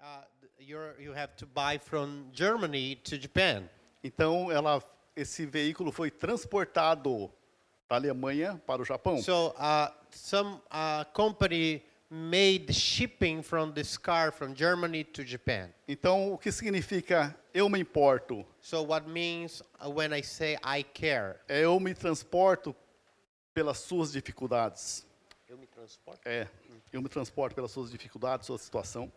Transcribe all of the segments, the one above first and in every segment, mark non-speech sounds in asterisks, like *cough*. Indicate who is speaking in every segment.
Speaker 1: Uh, you're, you have to buy from Germany to Japan.
Speaker 2: Então, ela, esse veículo foi transportado da Alemanha para o Japão.
Speaker 1: So uh, some uh, company made shipping from this car from Germany to Japan.
Speaker 2: Então, o que significa eu me importo?
Speaker 1: So what means uh, when I say I care?
Speaker 2: É eu me transporto pelas suas dificuldades. É, eu me transporto pelas suas dificuldades, sua situação.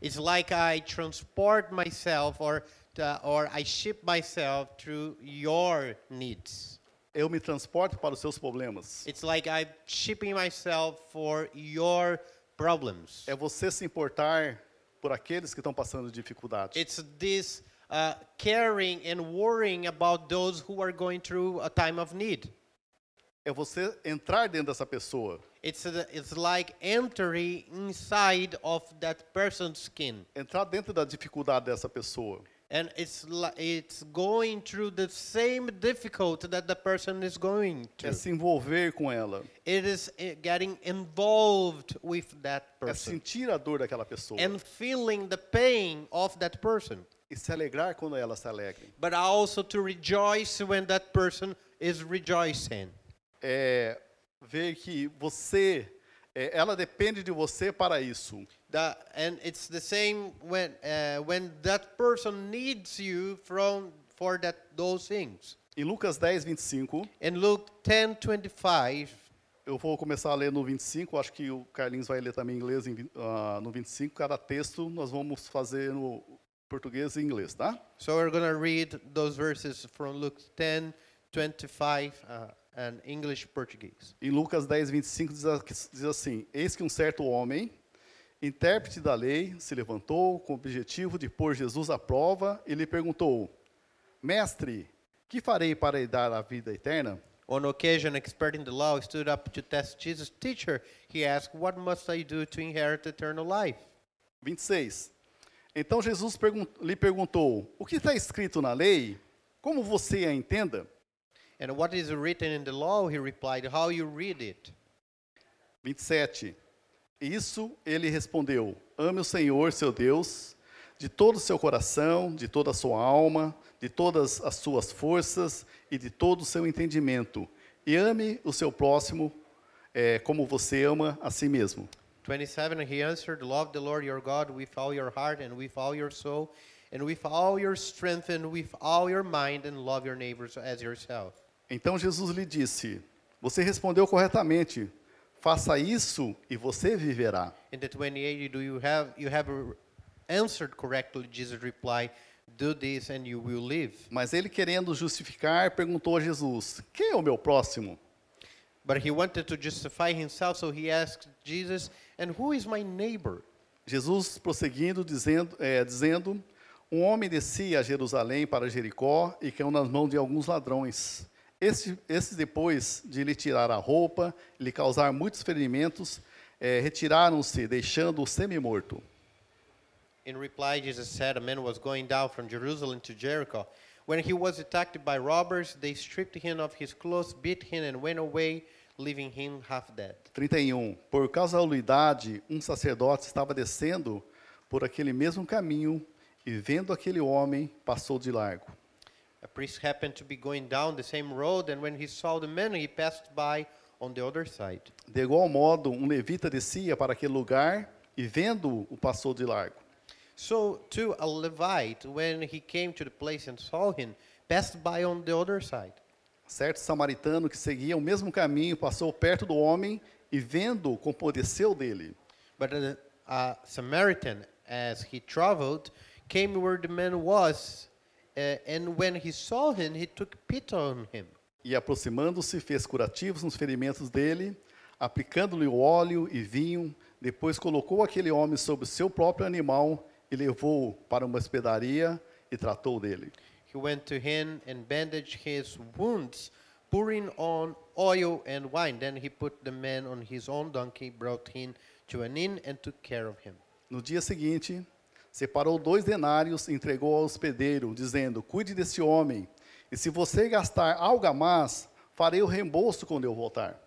Speaker 1: It's like I transport myself or uh, or I ship myself through your needs.
Speaker 2: Eu me transporto para os seus problemas.
Speaker 1: It's like I'm shipping myself for your problems.
Speaker 2: É você se importar por aqueles que estão passando dificuldades.
Speaker 1: It's this uh, caring and worrying about those who are going through a time of need.
Speaker 2: É você entrar dentro dessa pessoa,
Speaker 1: It's, a, it's like entering inside of that person's skin.
Speaker 2: entrar dentro da dificuldade dessa pessoa.
Speaker 1: And it's, li- it's going through the same difficulty that the person is going
Speaker 2: É
Speaker 1: through.
Speaker 2: se envolver com ela,
Speaker 1: It is uh, getting involved with that
Speaker 2: é
Speaker 1: person É
Speaker 2: sentir a dor daquela pessoa
Speaker 1: and feeling the pain of that person,
Speaker 2: e se alegrar quando ela se alegra.
Speaker 1: but also to rejoice when that person is rejoicing.
Speaker 2: É ver que você, é, ela depende de você para isso.
Speaker 1: The, and it's the same when uh, when that person needs you from for that those things.
Speaker 2: Em Lucas 10, 25,
Speaker 1: In Luke 10:25,
Speaker 2: Eu vou começar a ler no 25, acho que o Carlinhos vai ler também em inglês em vi- ah, no 25. Cada texto nós vamos fazer no português e inglês, tá?
Speaker 1: so we're gonna read those verses from Luke 10:25 uh, and English Portuguese.
Speaker 2: Em Lucas 10, 25 diz, a- diz assim: Eis que um certo homem, intérprete da lei, se levantou com o objetivo de pôr Jesus à prova e lhe perguntou: Mestre, que farei para herdar a vida eterna?
Speaker 1: On occasion, expert in the law stood up to test Jesus' teacher. He asked, "What must I do to inherit eternal life?"
Speaker 2: 26. Então Jesus pergun- lhe perguntou: O que está escrito na lei? Como você a entenda?
Speaker 1: And what is written in the law? He replied, "How you read it."
Speaker 2: 27. Isso ele respondeu: Ame o Senhor, seu Deus, de todo o seu coração, de toda a sua alma, de todas as suas forças e de todo o seu entendimento. E ame o seu próximo eh, como você ama a si mesmo.
Speaker 1: 27 he answered love the lord your god with all your heart and with all your soul and with all your strength and with all your mind and love your neighbors as yourself
Speaker 2: Então Jesus lhe disse: Você respondeu corretamente. Faça isso e você viverá.
Speaker 1: in the 28 you do you have you have uh, answered correctly jesus replied do this and you will live
Speaker 2: Mas ele, querendo justificar, perguntou a Jesus: Quem é o meu próximo?
Speaker 1: but he wanted to justify himself so he asked jesus and who is my neighbor
Speaker 2: Jesus prosseguindo, dizendo, é, dizendo: Um homem descia a Jerusalém para Jericó e caiu nas mãos de alguns ladrões. Este- esses, depois de lhe tirar a roupa, lhe causar muitos ferimentos, é, retiraram-se, deixando-o semi-morto.
Speaker 1: In reply, Jesus said, A man was going down from Jerusalem to Jericho. When he was attacked by robbers, they stripped him of his clothes, beat him, and went away, leaving him half dead.
Speaker 2: 31. Por casualidade, um sacerdote estava descendo por aquele mesmo caminho e, vendo aquele homem, passou de largo.
Speaker 1: A priest happened to be going down the same road, and when he saw the man, he passed by on the other side.
Speaker 2: De igual modo, um levita descia para aquele lugar e, vendo-o, o passou de largo.
Speaker 1: So, too, a Levite, when he came to the place and saw him, passed by on the other side.
Speaker 2: Certo samaritano que seguia o mesmo caminho passou perto do homem e, vendo-o, compadeceu dele.
Speaker 1: But a, a Samaritan, as he traveled, came where the man was, uh, and when he saw him, he took pity on him.
Speaker 2: E, aproximando-se, fez curativos nos ferimentos dele, aplicando-lhe o óleo e vinho. Depois colocou aquele homem sobre o seu próprio animal e levou-o para uma hospedaria e tratou dele.
Speaker 1: He went to him and bandaged his wounds, pouring on oil and wine. Then he put the man on his own donkey, brought him to an inn, and took care of him.
Speaker 2: No dia seguinte, separou dois denários e entregou ao hospedeiro, dizendo: Cuide desse homem, e se você gastar algo a mais, farei o reembolso quando eu voltar.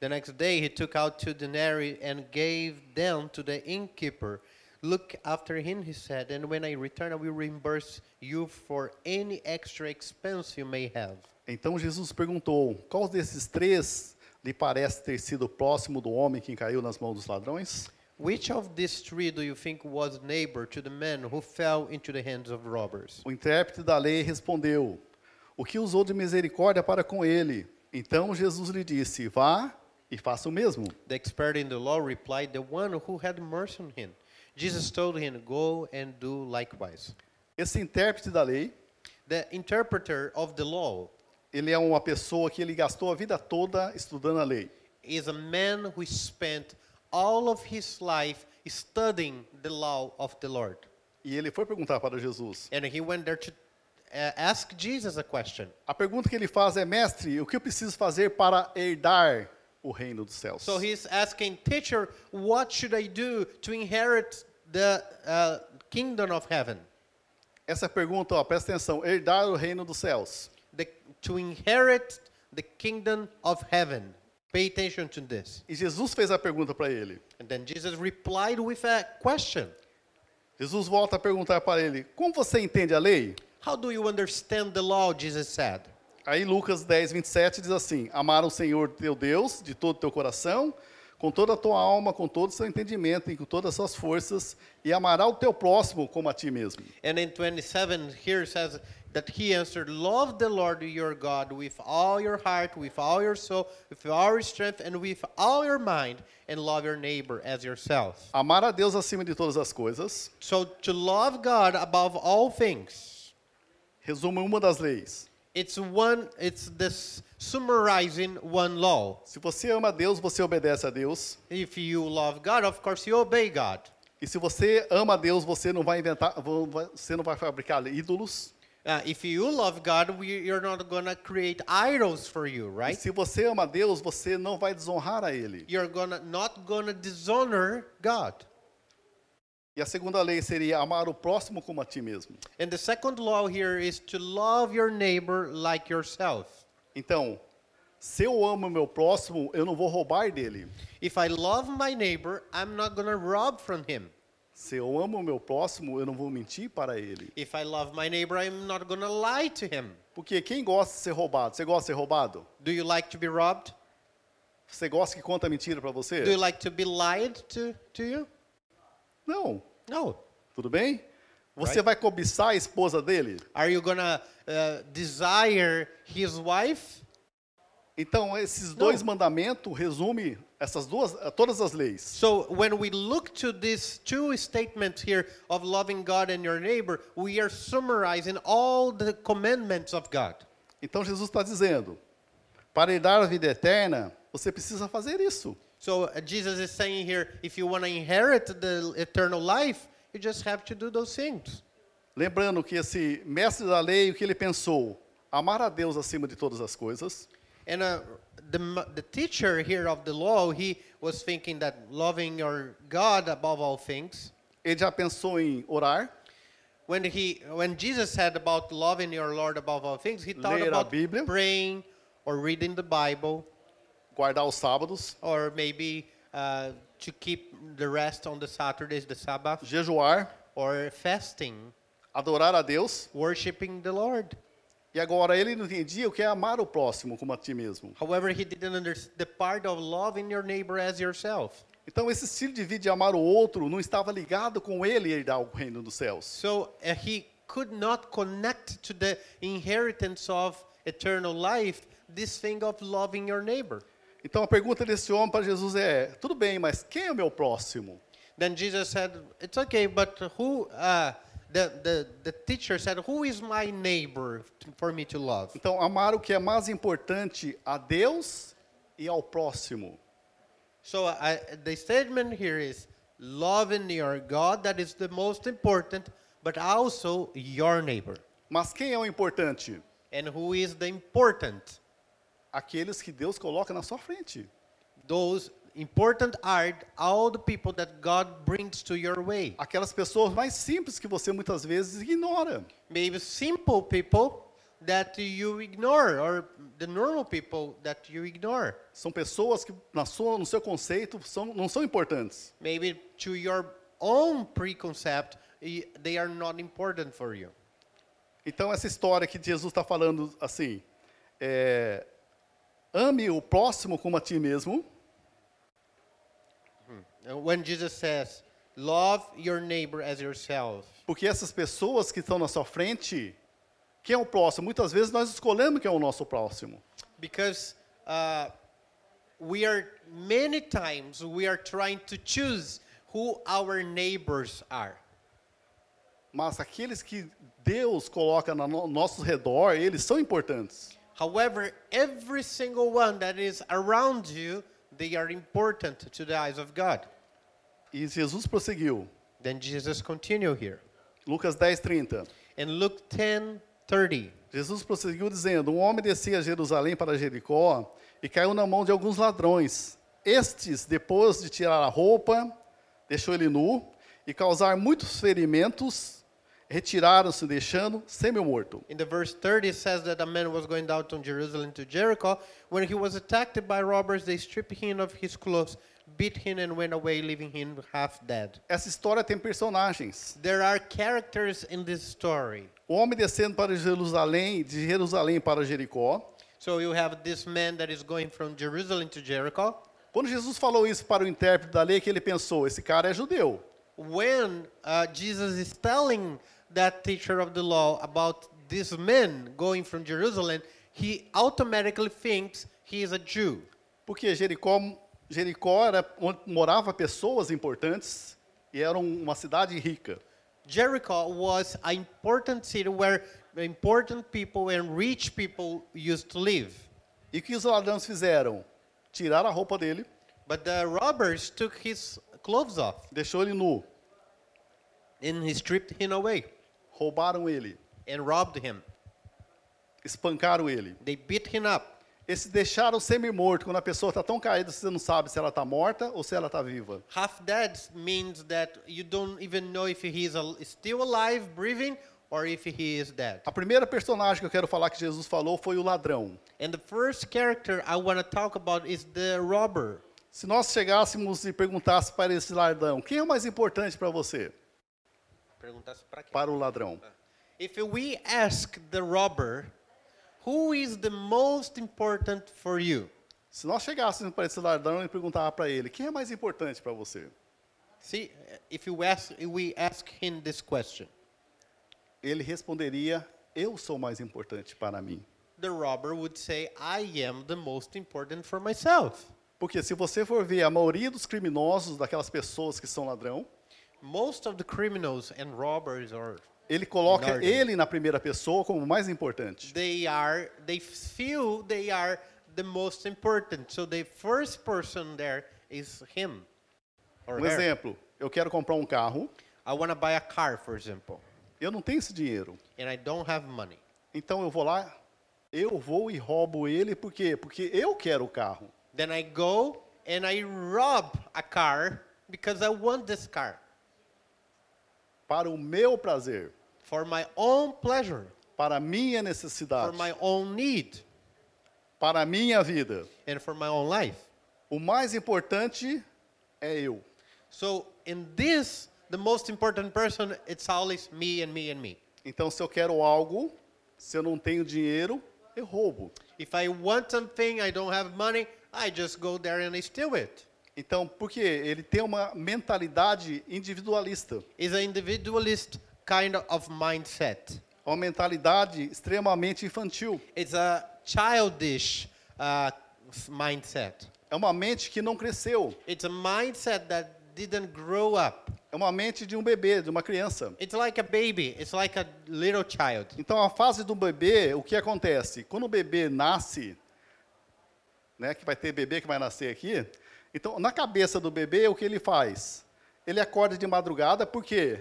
Speaker 1: The next day he took out two denarii and gave them to the innkeeper. Look after him, he said, and when I return, I will reimburse you for any extra expense you may have.
Speaker 2: Então Jesus perguntou: Qual desses três lhe parece ter sido próximo do homem que caiu nas mãos dos ladrões?
Speaker 1: Which of these three do you think was neighbor to the man who fell into the hands of robbers?
Speaker 2: O intérprete da lei respondeu: O que usou de misericórdia para com ele? Então Jesus lhe disse: Vá e faça o mesmo.
Speaker 1: The expert in the law replied, The one who had mercy on him. Jesus told him, Go and do likewise.
Speaker 2: Esse intérprete da lei,
Speaker 1: The interpreter of the law
Speaker 2: ele é uma pessoa que ele gastou a vida toda estudando a lei.
Speaker 1: is a man who spent all of his life studying the law of the Lord.
Speaker 2: E ele foi perguntar para Jesus.
Speaker 1: And he went there to uh, ask Jesus a question.
Speaker 2: A pergunta que ele faz é: Mestre, o que eu preciso fazer para herdar o reino dos céus?
Speaker 1: So he's asking, Teacher, what should I do to inherit the uh, kingdom of heaven?
Speaker 2: Essa pergunta, ó, presta atenção: herdar o reino dos céus.
Speaker 1: The, to inherit the kingdom of heaven. Pay attention to this.
Speaker 2: E Jesus fez a pergunta para ele.
Speaker 1: And then Jesus replied with a question
Speaker 2: Jesus volta a perguntar para ele: Como você entende a lei?
Speaker 1: How do you understand the law? Jesus said.
Speaker 2: Aí Lucas 10, 27 diz assim: Amar o Senhor teu Deus de todo o teu coração, com toda a tua alma, com todo o seu entendimento e com todas as suas forças, e amará o teu próximo como a ti mesmo.
Speaker 1: And in 27 here it says that he answered, Love the Lord your God with all your heart, with all your soul, with all your strength, and with all your mind, and love your neighbor as yourself.
Speaker 2: Amar a Deus acima de todas as coisas
Speaker 1: So to love God above all things,
Speaker 2: resume uma das leis.
Speaker 1: it's one it's this summarizing one law.
Speaker 2: Se você ama a Deus, você obedece a Deus.
Speaker 1: If you love God, of course you obey God.
Speaker 2: E se você ama a Deus, você não vai inventar, vo- vai- você não vai fabricar ídolos.
Speaker 1: Uh, if you love God, we, you're not gonna create idols for you,
Speaker 2: E
Speaker 1: right?
Speaker 2: se você ama a Deus, você não vai desonrar a Ele.
Speaker 1: You're gonna not gonna dishonor God.
Speaker 2: E a segunda lei seria amar o próximo como a ti mesmo.
Speaker 1: And the second law here is to love your neighbor like yourself.
Speaker 2: Então, se eu amo o meu próximo, eu não vou roubar dele.
Speaker 1: If I love my neighbor, I'm not gonna rob from him.
Speaker 2: Se eu amo o meu próximo, eu não vou mentir para ele.
Speaker 1: If I love my neighbor, I'm not gonna lie to him.
Speaker 2: Porque quem gosta de ser roubado? Você gosta de ser roubado?
Speaker 1: Do you like to be robbed?
Speaker 2: Você gosta que conta mentira para
Speaker 1: Do you
Speaker 2: você?
Speaker 1: like to be lied to, to you?
Speaker 2: Não.
Speaker 1: No.
Speaker 2: Tudo bem? Você vai cobiçar a esposa dele?
Speaker 1: Are you gonna uh, desire his wife?
Speaker 2: Então, esses dois mandamentos resumem essas duas, eh, todas as leis.
Speaker 1: So when we look to these two statements here of loving God and your neighbor, we are summarizing all the commandments of God.
Speaker 2: Então, Jesus está dizendo: para herdar a vida eterna, você precisa fazer isso.
Speaker 1: So uh, Jesus is saying here, if you want to inherit the eternal life, you just have to do those things.
Speaker 2: Lembrando que esse mestre da lei, o que ele pensou? Amar a Deus acima de todas as coisas,
Speaker 1: And uh, the m- the teacher here of the law, he was thinking that loving your God above all things.
Speaker 2: ele já pensou em orar,
Speaker 1: When he when Jesus said about loving your Lord above all things, he thought
Speaker 2: Ler a
Speaker 1: about
Speaker 2: Bíblia.
Speaker 1: praying or reading the Bible
Speaker 2: guardar os sábados,
Speaker 1: or maybe uh, to keep the rest on the Saturdays, the Sabbath,
Speaker 2: jejuar,
Speaker 1: or fasting,
Speaker 2: adorar a Deus.
Speaker 1: worshiping the Lord.
Speaker 2: E agora ele não entendia o que é amar o próximo como a ti mesmo.
Speaker 1: However, he didn't understand the part of loving your neighbor as yourself.
Speaker 2: Então esse estilo de vida de amar o outro não estava ligado com ele herdar o reino dos céus.
Speaker 1: So uh, he could not connect to the inheritance of eternal life this thing of loving your neighbor.
Speaker 2: Então a pergunta desse homem para Jesus é: tudo bem, mas quem é o meu próximo?
Speaker 1: Then Jesus said, "It's okay, but who?" Uh, the, the the teacher said, "Who is my neighbor t- for me to love?"
Speaker 2: Então amar o que é mais importante a Deus e ao próximo.
Speaker 1: So I, the statement here is loving your God that is the most important, but also your neighbor.
Speaker 2: Mas quem é o importante?
Speaker 1: And who is the important?
Speaker 2: Aqueles que Deus coloca na sua frente.
Speaker 1: those important are all the people that God brings to your way.
Speaker 2: Aquelas pessoas mais simples que você muitas vezes ignora.
Speaker 1: Maybe simple people that you ignore, or the normal people that you ignore.
Speaker 2: São pessoas que na sua, no seu conceito são, não são importantes.
Speaker 1: Maybe to your own preconcept, i- they are not important for you.
Speaker 2: Então, essa história que Jesus está falando assim, é, ame o próximo como a ti mesmo,
Speaker 1: Uh, When Jesus says, love your neighbor as yourself,
Speaker 2: porque essas pessoas que estão na sua frente, quem é o próximo? Muitas vezes nós escolhemos quem é o nosso próximo.
Speaker 1: because uh, we are many times we are trying to choose who our neighbors are.
Speaker 2: Mas aqueles que Deus coloca no no nosso redor, eles são importantes.
Speaker 1: However, every single one that is around you, they are important to the eyes of God.
Speaker 2: E Jesus prosseguiu.
Speaker 1: Then Jesus continue here.
Speaker 2: Lucas 10, 30.
Speaker 1: In Luke 10 30,
Speaker 2: Jesus prosseguiu dizendo: Um homem descia a Jerusalém para Jericó e caiu na mão de alguns ladrões. Estes, depois de tirar a roupa, deixou ele nu e causar muitos ferimentos, retiraram-se, deixando semi-morto.
Speaker 1: in the verse 30, it says that a man was going down from Jerusalem to Jericho. When he was attacked by robbers, they stripped him of his clothes, beat him, and went away, leaving him half dead.
Speaker 2: Essa história tem personagens.
Speaker 1: There are characters in this story.
Speaker 2: O homem descendo para Jerusalém, de Jerusalém para Jericó.
Speaker 1: So you have this man that is going from Jerusalem to Jericho.
Speaker 2: Quando Jesus falou isso para o intérprete da lei, que ele pensou: esse cara é judeu.
Speaker 1: when uh, Jesus is telling that teacher of the law about this man going from Jerusalem, he automatically thinks he is a Jew
Speaker 2: Porque Jericó, Jericó era onde morava pessoas importantes e era um- uma cidade rica.
Speaker 1: Jericho was an important city where important people and rich people used to live.
Speaker 2: E o que os ladrões fizeram? Tiraram a roupa dele,
Speaker 1: But the robbers took his clothes off
Speaker 2: deixou ele nu,
Speaker 1: and he stripped him away
Speaker 2: roubaram ele,
Speaker 1: and robbed him.
Speaker 2: espancaram ele.
Speaker 1: They beat him up.
Speaker 2: Esse deixaram semi-morto, quando a pessoa está tão caída, você não sabe se ela está morta ou se ela está viva.
Speaker 1: Half dead means that you don't even know if he is al- still alive, breathing, or if he is dead.
Speaker 2: A primeira personagem que eu quero falar que Jesus falou foi o ladrão.
Speaker 1: And the first character I want to talk about is the robber.
Speaker 2: Se nós chegássemos e perguntássemos para esse ladrão, quem é o mais importante para você? Para o ladrão.
Speaker 1: If we ask the robber, who is the most important for you?
Speaker 2: Se nós chegássemos para esse ladrão e perguntar para ele, quem é mais importante para você?
Speaker 1: See, if you ask, if we ask him this question,
Speaker 2: Ele responderia, eu sou mais importante para mim.
Speaker 1: the robber would say, I am the most important for myself.
Speaker 2: Porque se você for ver a maioria dos criminosos, daquelas pessoas que são ladrão,
Speaker 1: Most of the criminals and robbers are,
Speaker 2: ele coloca
Speaker 1: Nardo.
Speaker 2: ele na primeira pessoa como o mais importante.
Speaker 1: they are, they feel they are the most important. So the first person there is him or
Speaker 2: Um
Speaker 1: her.
Speaker 2: exemplo, eu quero comprar um carro,
Speaker 1: I want to buy a car, for example,
Speaker 2: eu não tenho esse dinheiro.
Speaker 1: and I don't have money.
Speaker 2: Então eu vou lá, eu vou e roubo ele, por quê? Porque eu quero o carro.
Speaker 1: Then I go and I rob a car because I want this car
Speaker 2: Para o meu prazer,
Speaker 1: for my own pleasure,
Speaker 2: para a minha
Speaker 1: for
Speaker 2: necessidade,
Speaker 1: my own need,
Speaker 2: para a minha vida.
Speaker 1: and for my own life.
Speaker 2: O mais importante é eu.
Speaker 1: So in this, the most important person, it's always me and me and me.
Speaker 2: Então, se eu quero algo, se eu não tenho dinheiro, eu roubo.
Speaker 1: If I want something, I don't have money, I just go there and I steal it.
Speaker 2: Então, por quê? Ele tem uma mentalidade individualista,
Speaker 1: It's an individualist kind of mindset.
Speaker 2: É uma mentalidade extremamente infantil.
Speaker 1: It's a childish uh, s- mindset.
Speaker 2: É uma mente que não cresceu,
Speaker 1: It's a mindset that didn't grow up.
Speaker 2: é uma mente de um bebê, de uma criança.
Speaker 1: It's like a baby, it's like a little child.
Speaker 2: Então, a fase do bebê, o que acontece? Quando o bebê nasce, né, que vai ter bebê que vai nascer aqui, então, na cabeça do bebê, o que ele faz? Ele acorda de madrugada porque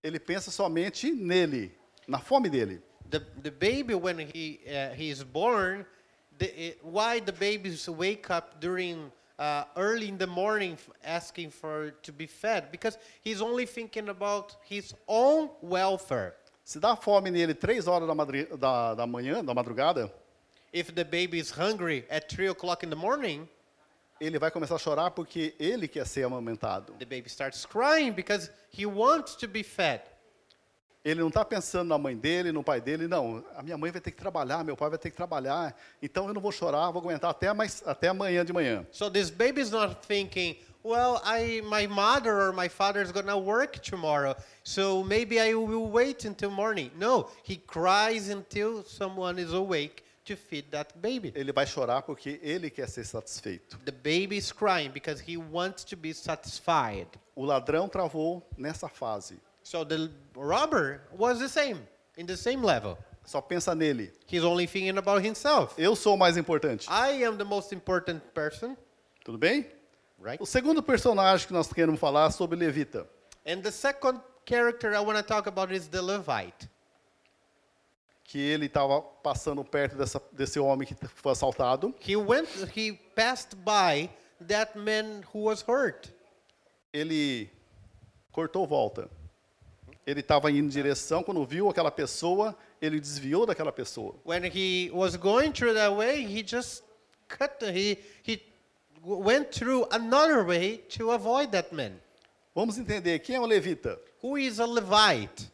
Speaker 2: ele pensa somente nele, na fome dele.
Speaker 1: The, the baby, when he, uh, he is born, the, it, why the babies wake up during uh, early in the morning f- asking for to be fed? Because he's only thinking about his own welfare.
Speaker 2: Se dá fome nele três horas da, madri- da, da manhã, da madrugada,
Speaker 1: If the baby is hungry at 3 o'clock in the morning,
Speaker 2: ele vai começar a chorar porque ele quer ser amamentado.
Speaker 1: The baby starts crying because he wants to be fed.
Speaker 2: Ele não está pensando na mãe dele, no pai dele, não. A minha mãe vai ter que trabalhar, meu pai vai ter que trabalhar, então eu não vou chorar, vou aguentar até, mais, até amanhã de manhã.
Speaker 1: So this baby is not thinking, well, I my mother or my father is gonna work tomorrow, so maybe I will wait until morning. No, he cries until someone is awake to feed that baby.
Speaker 2: Ele vai chorar porque ele quer ser satisfeito.
Speaker 1: The baby is crying because he wants to be satisfied.
Speaker 2: O ladrão travou nessa fase,
Speaker 1: So the robber was the same, in the same level.
Speaker 2: só pensa nele.
Speaker 1: He's only thinking about himself.
Speaker 2: Eu sou o mais importante,
Speaker 1: I am the most important person,
Speaker 2: tudo bem?
Speaker 1: right?
Speaker 2: O segundo personagem que nós queremos falar é sobre Levita.
Speaker 1: And the second character I want to talk about is the Levite.
Speaker 2: que ele estava passando perto dessa, desse homem que foi assaltado.
Speaker 1: He went, he passed by that man who was hurt.
Speaker 2: Ele cortou volta. Ele estava indo em direção, quando viu aquela pessoa, ele desviou daquela pessoa.
Speaker 1: When he was going through that way, he just cut, he, he w- went through another way to avoid that man.
Speaker 2: Vamos entender quem é o levita?
Speaker 1: Who is a Levite?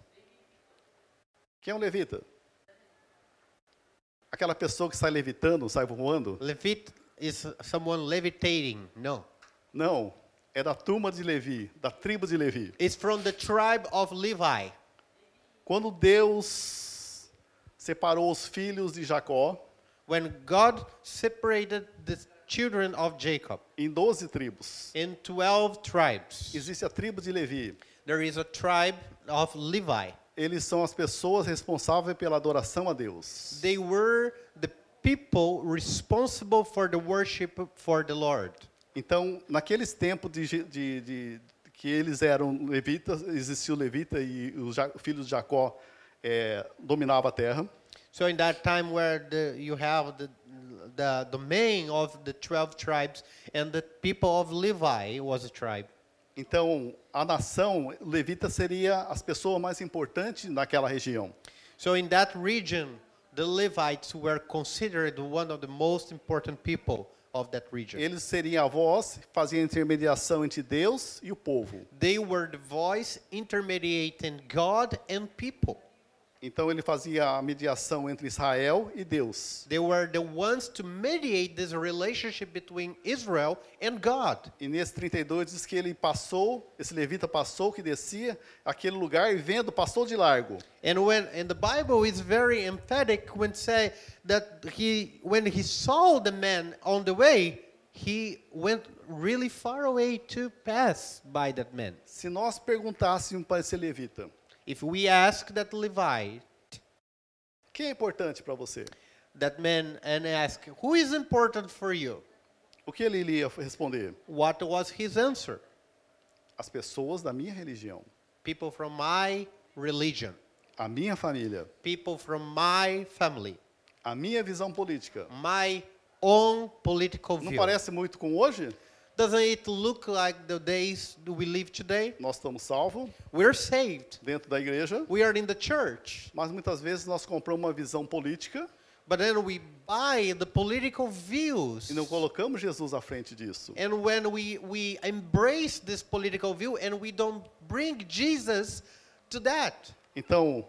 Speaker 2: Quem é o levita? Aquela pessoa que sai levitando, sai voando?
Speaker 1: Levite is someone levitating. No.
Speaker 2: Não, é da turma de Levi, da tribo de Levi.
Speaker 1: It's from the tribe of Levi.
Speaker 2: Quando Deus separou os filhos de Jacó
Speaker 1: When God separated the children of Jacob
Speaker 2: em 12 tribos,
Speaker 1: in 12 tribes,
Speaker 2: existe a tribo de Levi.
Speaker 1: there is a tribe of Levi.
Speaker 2: Eles são as pessoas responsáveis pela adoração a Deus.
Speaker 1: They were the people responsible for the worship for the Lord.
Speaker 2: Então, naqueles tempos de, Je- de- de- que eles eram levitas, existiu levita e os ja, filhos de Jacó eh, dominava a terra.
Speaker 1: So in that time where the, you have the, the domain of the 12 tribes and the people of Levi was a tribe.
Speaker 2: Então, a nação levita seria as pessoas mais importantes naquela região.
Speaker 1: So in that region, the Levites were considered one of the most important people of that region.
Speaker 2: Eles seriam a voz, faziam intermediação entre Deus e o povo.
Speaker 1: They were the voice intermediating God and people.
Speaker 2: Então, ele fazia a mediação entre Israel e Deus.
Speaker 1: They were the ones to mediate this relationship between Israel and God.
Speaker 2: E nesse 32 diz que ele passou, esse levita passou, que descia aquele lugar e vendo, passou de largo.
Speaker 1: And when and the Bible is very emphatic when say that he when he saw the man on the way, he went really far away to pass by that man.
Speaker 2: Se nós perguntássemos para esse levita,
Speaker 1: If we ask that Levi,
Speaker 2: quem é importante para você?
Speaker 1: that man, and ask who is important for you,
Speaker 2: O que ele iria responder?
Speaker 1: what was his answer?
Speaker 2: As pessoas da minha religião,
Speaker 1: People from my religion,
Speaker 2: a minha família,
Speaker 1: people from my family,
Speaker 2: a minha visão política.
Speaker 1: my own political
Speaker 2: Não
Speaker 1: view.
Speaker 2: parece muito com hoje?
Speaker 1: Doesn't it look like the days we live today?
Speaker 2: Nós estamos salvos
Speaker 1: We're saved.
Speaker 2: dentro da igreja,
Speaker 1: We are in the church,
Speaker 2: mas muitas vezes nós compramos uma visão política
Speaker 1: but then we buy the political views.
Speaker 2: e não colocamos Jesus à frente disso.
Speaker 1: And when we, we embrace this political view and we don't bring Jesus to that.
Speaker 2: Então,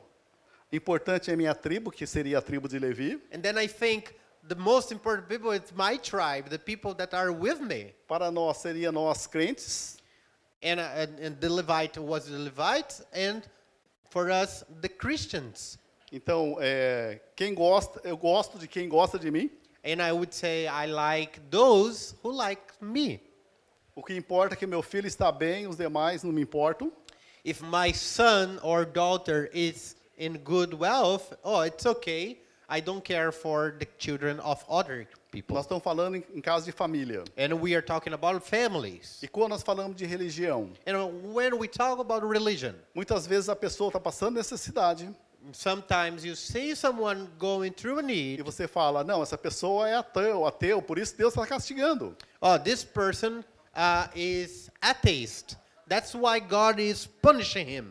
Speaker 2: importante é minha tribo, que seria a tribo de Levi.
Speaker 1: And then I think the most important people is my tribe, the people that are with me.
Speaker 2: para nós seria nós crentes,
Speaker 1: And, uh, and, and the Levite was the Levite, and for us, the Christians.
Speaker 2: então é, quem gosta, eu gosto de quem gosta de mim.
Speaker 1: And I would say I like those who like me.
Speaker 2: O que importa é que meu filho está bem, os demais não me importam.
Speaker 1: If my son or daughter is in good wealth, oh, it's okay. I don't care for the children of other
Speaker 2: Nós
Speaker 1: people.
Speaker 2: estamos falando em, em caso de família.
Speaker 1: And we are talking about families.
Speaker 2: E quando nós falamos de religião,
Speaker 1: And when we talk about religion,
Speaker 2: muitas vezes a pessoa está passando necessidade
Speaker 1: sometimes you see someone going through a
Speaker 2: e
Speaker 1: need.
Speaker 2: você fala, não, essa pessoa é ateu, ateu, por isso Deus está castigando.
Speaker 1: Oh, this person uh, is atheist. That's why God is punishing him.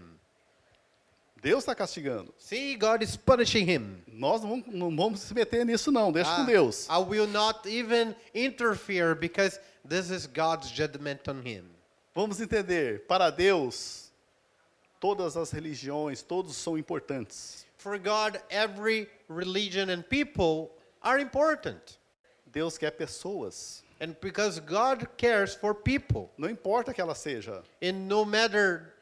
Speaker 2: Deus está castigando.
Speaker 1: See, God is punishing him.
Speaker 2: Nós não vamos, não vamos se meter nisso não, deixa com
Speaker 1: Ah,
Speaker 2: Deus.
Speaker 1: I will not even interfere because This is God's judgment on him.
Speaker 2: Vamos entender, para Deus, todas as religiões, todos são importantes.
Speaker 1: For God, every religion and people are important.
Speaker 2: Deus quer pessoas.
Speaker 1: And because God cares for people,
Speaker 2: Não importa que ela seja,
Speaker 1: and no matter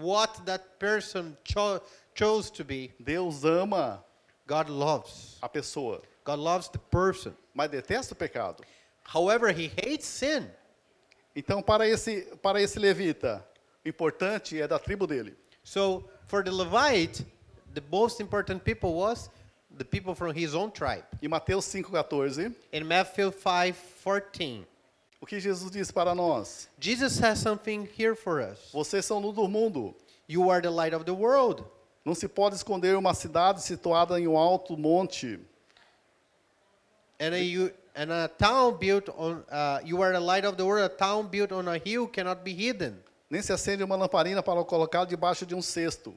Speaker 1: what that person cho- chose to be,
Speaker 2: Deus ama
Speaker 1: God loves.
Speaker 2: a pessoa,
Speaker 1: God loves the person.
Speaker 2: mas detesta o pecado.
Speaker 1: However, he hates sin.
Speaker 2: Então, para esse, para esse levita, o importante é da tribo dele.
Speaker 1: So for the Levite, the most important people was the people from his own tribe.
Speaker 2: Em Mateus 5,14,
Speaker 1: In Matthew 5:14,
Speaker 2: o que Jesus diz para nós?
Speaker 1: Jesus has something here for us.
Speaker 2: Vocês são luz do mundo.
Speaker 1: You are the light of the world.
Speaker 2: Não se pode esconder uma cidade situada em um alto monte.
Speaker 1: And a, you and a town built on uh, you are the light of the world. A town built on a hill cannot be hidden.
Speaker 2: Nem se acende uma lamparina para colocar debaixo de um cesto,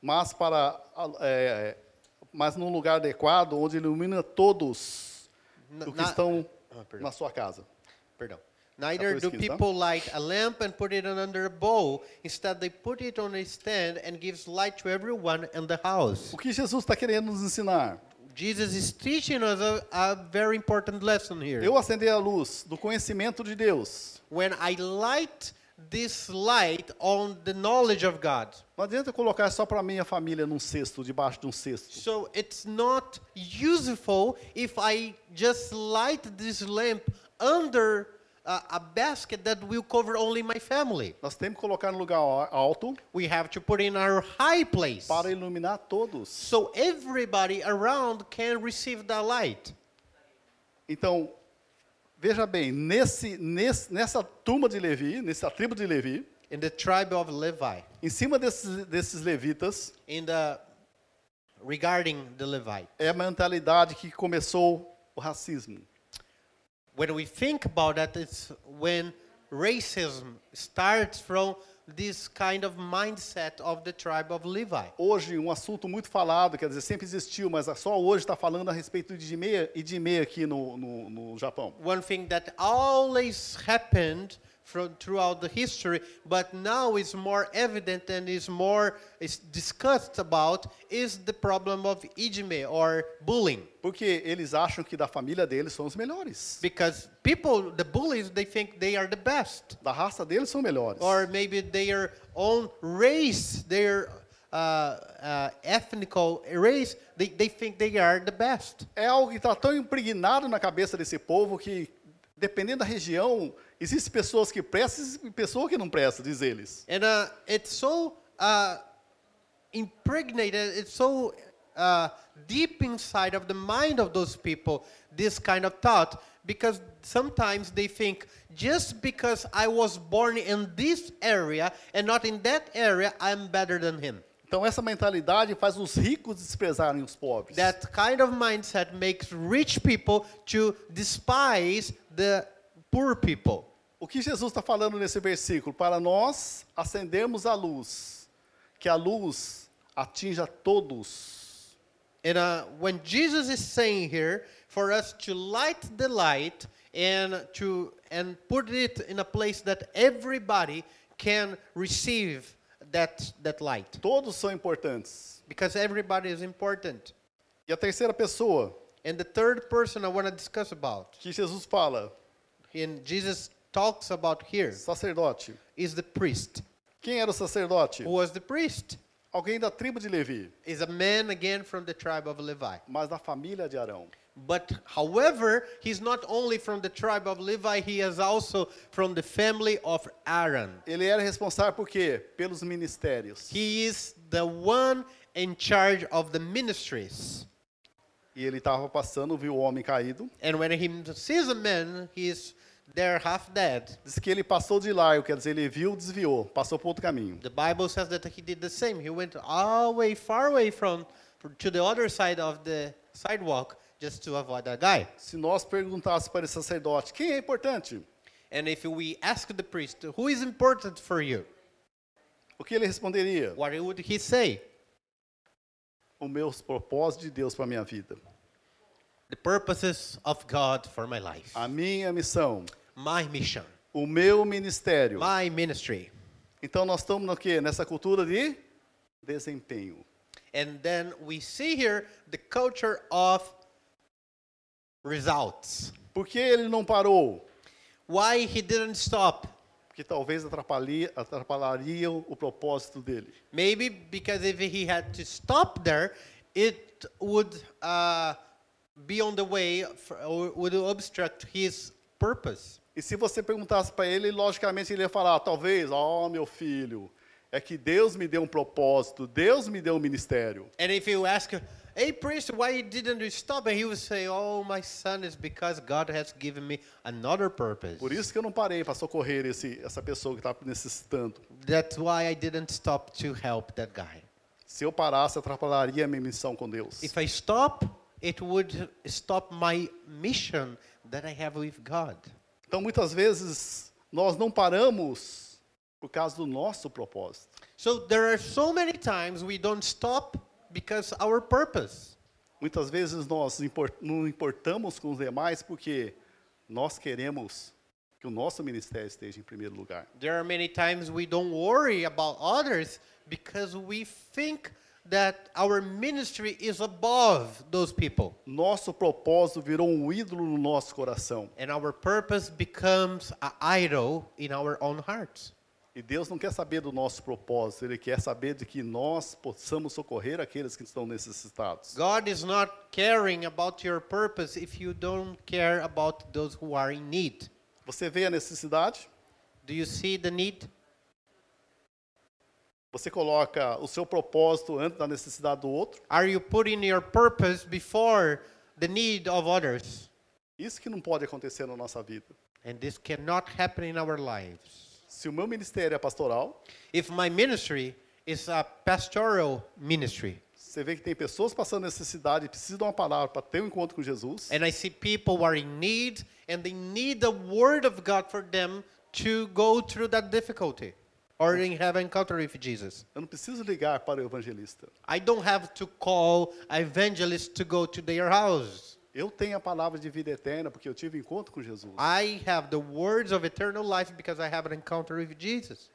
Speaker 2: mas para é, mas num lugar adequado onde ilumina todos
Speaker 1: N-
Speaker 2: o que
Speaker 1: na-
Speaker 2: estão
Speaker 1: Ah, perdão.
Speaker 2: na sua casa.
Speaker 1: Perdão. Neither
Speaker 2: por
Speaker 1: do
Speaker 2: esquisito, tá?
Speaker 1: people light a lamp and put it on under a bowl. Instead, they put it on a stand and gives light to everyone in the house.
Speaker 2: O que Jesus está querendo nos ensinar?
Speaker 1: Jesus is teaching us a, a very important lesson here.
Speaker 2: Eu acender a luz do conhecimento de Deus.
Speaker 1: when I light this light on the knowledge of God,
Speaker 2: Não adianta eu colocar só para minha família num cesto, debaixo de um cesto.
Speaker 1: so it's not useful if I just light this lamp under uh, a basket that will cover only my family.
Speaker 2: Nós temos que colocar no lugar al- alto
Speaker 1: We have to put in our high place
Speaker 2: para iluminar todos.
Speaker 1: so everybody around can receive the light.
Speaker 2: Então, veja bem, nesse, nesse- nessa turma de Levi, nessa tribo de Levi,
Speaker 1: In the tribe of Levi,
Speaker 2: em cima desses, desses levitas,
Speaker 1: in the regarding the Levite.
Speaker 2: é a mentalidade que começou o racismo.
Speaker 1: when we think about that, it's when racism starts from this kind of mindset of the tribe of Levi.
Speaker 2: Hoje, um assunto muito falado, quer dizer, sempre existiu, mas só hoje está falando a respeito de meia e de meia aqui no, no, no Japão.
Speaker 1: One thing that always happened from throughout the history, but now is more evident and is more is discussed about, is the problem of ijime or bullying.
Speaker 2: Porque eles acham que da família deles são os melhores.
Speaker 1: Because people, the bullies, they think they are the best.
Speaker 2: Da raça deles são melhores.
Speaker 1: or maybe their own race, their uh, uh, ethnical race, they, they think they are the best.
Speaker 2: É algo que está tão impregnado na cabeça desse povo que, dependendo da região, existem pessoas que prestam e pessoas que não prestam, diz eles.
Speaker 1: And uh, it's so uh, impregnated, it's so uh, deep inside of the mind of those people, this kind of thought, because sometimes they think just because I was born in this area and not in that area, I'm better than him.
Speaker 2: Então essa mentalidade faz os ricos desprezarem os pobres.
Speaker 1: That kind of mindset makes rich people to despise the poor people.
Speaker 2: O que Jesus está falando nesse versículo? Para nós acendermos a luz, que a luz atinja todos.
Speaker 1: And uh, when Jesus is saying here, for us to light the light and to and put it in a place that everybody can receive that that light,
Speaker 2: Todos são importantes.
Speaker 1: because everybody is important.
Speaker 2: E a terceira pessoa
Speaker 1: And the third person I want to discuss about,
Speaker 2: que Jesus fala,
Speaker 1: and Jesus talks about here,
Speaker 2: sacerdote.
Speaker 1: is the priest.
Speaker 2: Quem era o sacerdote?
Speaker 1: Who was the priest?
Speaker 2: Alguém da tribo de Levi,
Speaker 1: is a man again from the tribe of Levi.
Speaker 2: mas da família de Arão.
Speaker 1: But however, he's not only from the tribe of Levi, he is also from the family of Aaron.
Speaker 2: Ele era responsável por quê? Pelos ministérios.
Speaker 1: He is the one in charge of the ministries.
Speaker 2: E ele estava passando, viu o homem caído.
Speaker 1: And when he sees a man, he is there half dead.
Speaker 2: Diz que ele passou de largo, quer dizer, ele viu, desviou, passou para outro caminho.
Speaker 1: The Bible says that he did the same. He went all way far away from to the other side of the sidewalk just to avoid that guy.
Speaker 2: Se nós perguntássemos para esse sacerdote, quem é importante?
Speaker 1: And if we ask the priest, who is important for you?
Speaker 2: O que ele responderia?
Speaker 1: What would he say?
Speaker 2: Os meus propósitos de Deus para minha vida.
Speaker 1: the purposes of God for my life.
Speaker 2: A minha missão.
Speaker 1: my mission,
Speaker 2: o meu ministério.
Speaker 1: my ministry.
Speaker 2: Então nós estamos no quê? Nessa cultura de desempenho.
Speaker 1: And then we see here the culture of results.
Speaker 2: Por que ele não parou?
Speaker 1: Why he didn't stop?
Speaker 2: Porque talvez atrapalhe- atrapalharia o propósito dele.
Speaker 1: Maybe because if he had to stop there, it would uh, be on the way for, or would obstruct his purpose.
Speaker 2: E se você perguntasse para ele, logicamente ele ia falar, "Ah, talvez, ó meu filho, é que Deus me deu um propósito, Deus me deu um ministério.
Speaker 1: And if you ask, hey priest, why didn't you stop? And he would say, oh, my son, it's because God has given me another purpose.
Speaker 2: Por isso que eu não parei para socorrer esse, essa pessoa que está necessitando.
Speaker 1: That's why I didn't stop to help that guy.
Speaker 2: Se eu parasse, atrapalharia a minha missão com Deus.
Speaker 1: If I stop, it would stop my mission that I have with God.
Speaker 2: Então, muitas vezes, nós não paramos por causa do nosso propósito.
Speaker 1: So there are so many times we don't stop because our purpose.
Speaker 2: Muitas vezes, nós impor- não importamos com os demais porque nós queremos que o nosso ministério esteja em primeiro lugar.
Speaker 1: There are many times we don't worry about others because we think that our ministry is above those people.
Speaker 2: Nosso propósito virou um ídolo no nosso coração.
Speaker 1: And our purpose becomes an idol in our own hearts.
Speaker 2: E Deus não quer saber do nosso propósito, Ele quer saber de que nós possamos socorrer aqueles que estão necessitados.
Speaker 1: God is not caring about your purpose if you don't care about those who are in need.
Speaker 2: Você vê a necessidade,
Speaker 1: Do you see the need?
Speaker 2: você coloca o seu propósito antes da necessidade do outro.
Speaker 1: Are you putting your purpose before the need of others?
Speaker 2: Isso que não pode acontecer na nossa vida.
Speaker 1: And this cannot happen in our lives.
Speaker 2: Se o meu ministério é pastoral,
Speaker 1: If my ministry is a pastoral ministry,
Speaker 2: você vê que tem pessoas passando necessidade e precisam de uma palavra para ter um encontro com Jesus.
Speaker 1: and I see people who are in need and they need the word of God for them to go through that difficulty or in have an encounter with Jesus.
Speaker 2: Eu não preciso ligar para o evangelista.
Speaker 1: I don't have to call evangelists to go to their house.
Speaker 2: Eu tenho a palavra de vida eterna porque eu tive encontro com Jesus.
Speaker 1: I have the words of eternal life because I have an encounter with Jesus.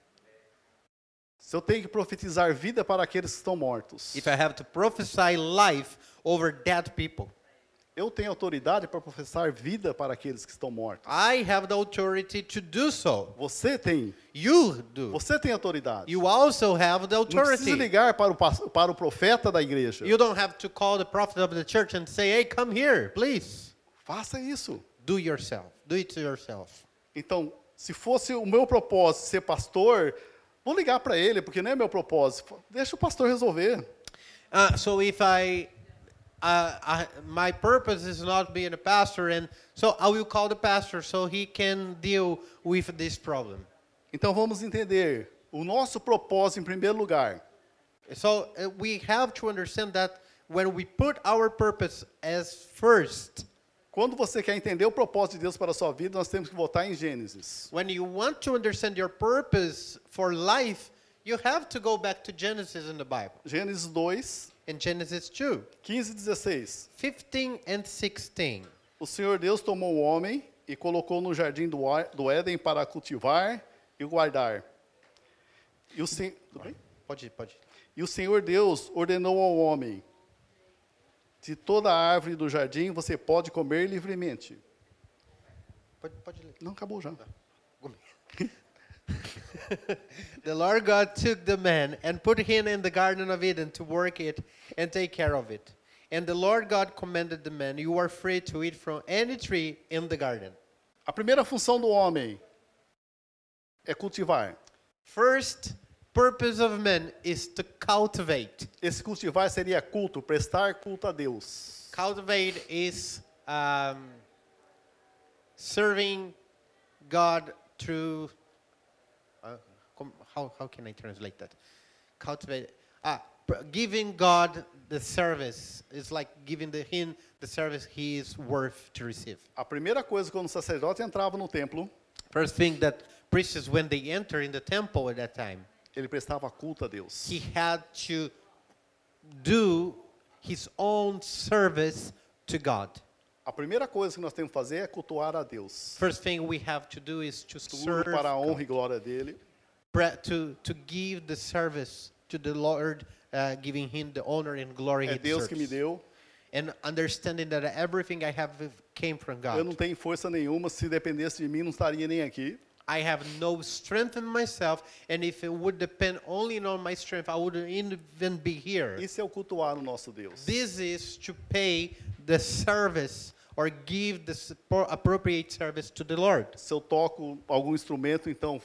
Speaker 2: Se eu tenho que profetizar vida para aqueles que estão mortos,
Speaker 1: If I have to prophesy life over dead people,
Speaker 2: eu tenho autoridade para professar vida para aqueles que estão mortos.
Speaker 1: I have the authority to do so.
Speaker 2: Você tem,
Speaker 1: You do.
Speaker 2: você tem autoridade.
Speaker 1: You also have the
Speaker 2: Não precisa
Speaker 1: authority.
Speaker 2: ligar para o, pas- para o profeta da igreja.
Speaker 1: You don't have to call the prophet of the church and say, hey, come here, please.
Speaker 2: Faça isso.
Speaker 1: Do yourself. Do it to yourself.
Speaker 2: Então, se fosse o meu propósito ser pastor, vou ligar para ele, porque não é meu propósito. Deixa o pastor resolver.
Speaker 1: Uh, so if I, uh, I, my purpose is not being a pastor, and so I will call the pastor so he can deal with this problem.
Speaker 2: Então vamos entender o nosso propósito em primeiro lugar.
Speaker 1: So uh, we have to understand that when we put our purpose as first,
Speaker 2: Quando você quer entender o propósito de Deus para a sua vida, nós temos que voltar em Gênesis.
Speaker 1: when you want to understand your purpose for life, you have to go back to Genesis in the Bible.
Speaker 2: Gênesis 2,
Speaker 1: In Genesis 2,
Speaker 2: 15 e 16.
Speaker 1: 15 and 16.
Speaker 2: O Senhor Deus tomou o homem e colocou no jardim do, Ar- do Éden para cultivar e guardar. E o, sen- Tudo bem?
Speaker 1: Pode, pode.
Speaker 2: E o Senhor Deus ordenou ao homem: De toda a árvore do jardim você pode comer livremente.
Speaker 1: Pode, pode ler.
Speaker 2: Não acabou já.
Speaker 1: *laughs* the Lord God took the man and put him in the Garden of Eden to work it and take care of it. And the Lord God commanded the man, You are free to eat from any tree in the garden.
Speaker 2: A primeira função do homem é cultivar.
Speaker 1: First purpose of man is to cultivate.
Speaker 2: Esse cultivar seria culto, prestar culto a Deus.
Speaker 1: Cultivate is um, serving God through. Uh, com- how, how can I translate that? Cultivate. Ah, pr- giving God the service is like giving the, him the service he is worth to receive.
Speaker 2: A primeira coisa quando o sacerdote entrava no templo,
Speaker 1: First thing that priests, when they enter in the temple at that time,
Speaker 2: ele prestava culto a Deus.
Speaker 1: he had to do his own service to God.
Speaker 2: A primeira coisa que nós temos que fazer é cultuar a Deus.
Speaker 1: First thing we have to do is to
Speaker 2: Tudo
Speaker 1: serve,
Speaker 2: para a honra e
Speaker 1: God,
Speaker 2: glória dele.
Speaker 1: pra- to, to give the service to the Lord, uh, giving him the honor and glory
Speaker 2: É
Speaker 1: he
Speaker 2: Deus que me
Speaker 1: deserves.
Speaker 2: deu.
Speaker 1: And understanding that everything I have came from
Speaker 2: Eu não
Speaker 1: God.
Speaker 2: tenho força nenhuma. Se dependesse de mim, não estaria nem aqui.
Speaker 1: I have no strength in myself, and if it would depend only on my strength, I wouldn't even be here.
Speaker 2: Isso é o cultuar o nosso Deus.
Speaker 1: This is to pay the service or give the s- pro- appropriate service to the Lord.
Speaker 2: Se eu toco algum instrumento, então,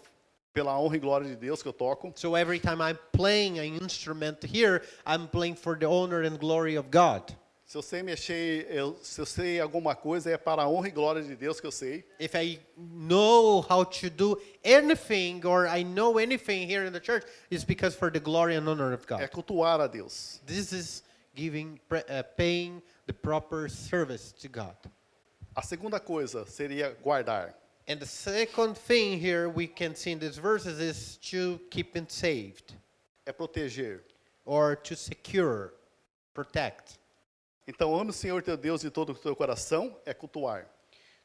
Speaker 2: pela honra e glória de Deus que eu toco,
Speaker 1: So every time I'm playing an instrument here, I'm playing for the honor and glory of God.
Speaker 2: se eu sei mexer, eu, se eu sei alguma coisa, é para a honra e glória de Deus que eu sei.
Speaker 1: If I know how to do anything or I know anything here in the church, it's because for the glory and honor of God.
Speaker 2: É cultuar a Deus.
Speaker 1: This is giving, pre- uh, paying the proper service to God.
Speaker 2: A segunda coisa seria guardar.
Speaker 1: And the second thing here we can see in these verses is to keep it saved.
Speaker 2: É proteger.
Speaker 1: or to secure, protect.
Speaker 2: Então, ame o Senhor teu Deus de todo o teu coração, é cultuar.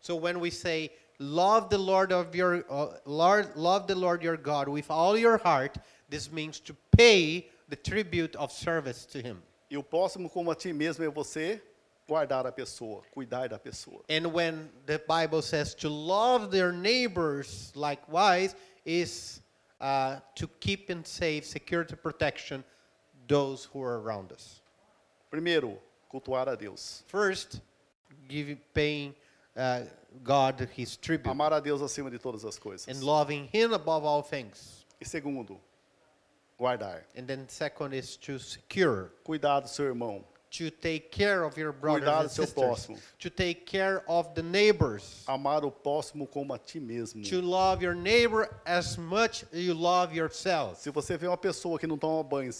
Speaker 1: So when we say love the Lord of your uh, Lord, love the Lord your God with all your heart, this means to pay the tribute of service to him.
Speaker 2: E o próximo, como a ti mesmo, é você guardar a pessoa, cuidar da pessoa.
Speaker 1: And when the Bible says to love their neighbors likewise is uh, to keep and save, secure to protection those who are around us.
Speaker 2: Primeiro, cultuar a Deus.
Speaker 1: First, giving paying uh, God his tribute.
Speaker 2: Amar a Deus acima de todas as coisas.
Speaker 1: and loving him above all things.
Speaker 2: E segundo, guardar.
Speaker 1: And then second is to secure,
Speaker 2: Cuidar do seu irmão.
Speaker 1: to take care of your brothers
Speaker 2: Cuidar
Speaker 1: and
Speaker 2: do seu
Speaker 1: sisters,
Speaker 2: próximo.
Speaker 1: to take care of the neighbors,
Speaker 2: Amar o próximo como a ti mesmo.
Speaker 1: to love your neighbor as much you love yourself.
Speaker 2: Se você vê uma pessoa que não toma banho,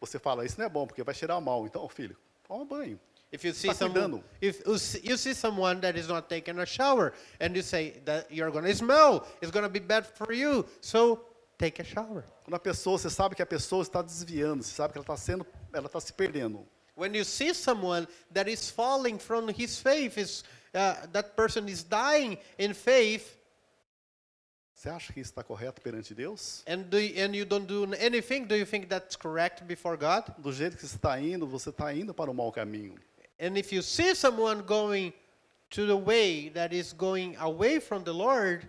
Speaker 2: você fala, isso não é bom, porque vai cheirar mal. Então, filho, toma banho.
Speaker 1: If you see
Speaker 2: Tá
Speaker 1: someone,
Speaker 2: cuidando.
Speaker 1: if you see- you see someone that is not taking a shower, and you say that you're gonna smell, it's gonna be bad for you, so take a shower.
Speaker 2: Quando a pessoa, você sabe que a pessoa está desviando, você sabe que ela está sendo, ela está se perdendo.
Speaker 1: When you see someone that is falling from his faith, is uh, that person is dying in faith,
Speaker 2: Você acha que isso está correto perante Deus?
Speaker 1: and do and you don't do anything do you think that's correct before god
Speaker 2: Do jeito que você está indo, você está indo para o mau caminho.
Speaker 1: and if you see someone going to the way that is going away from the lord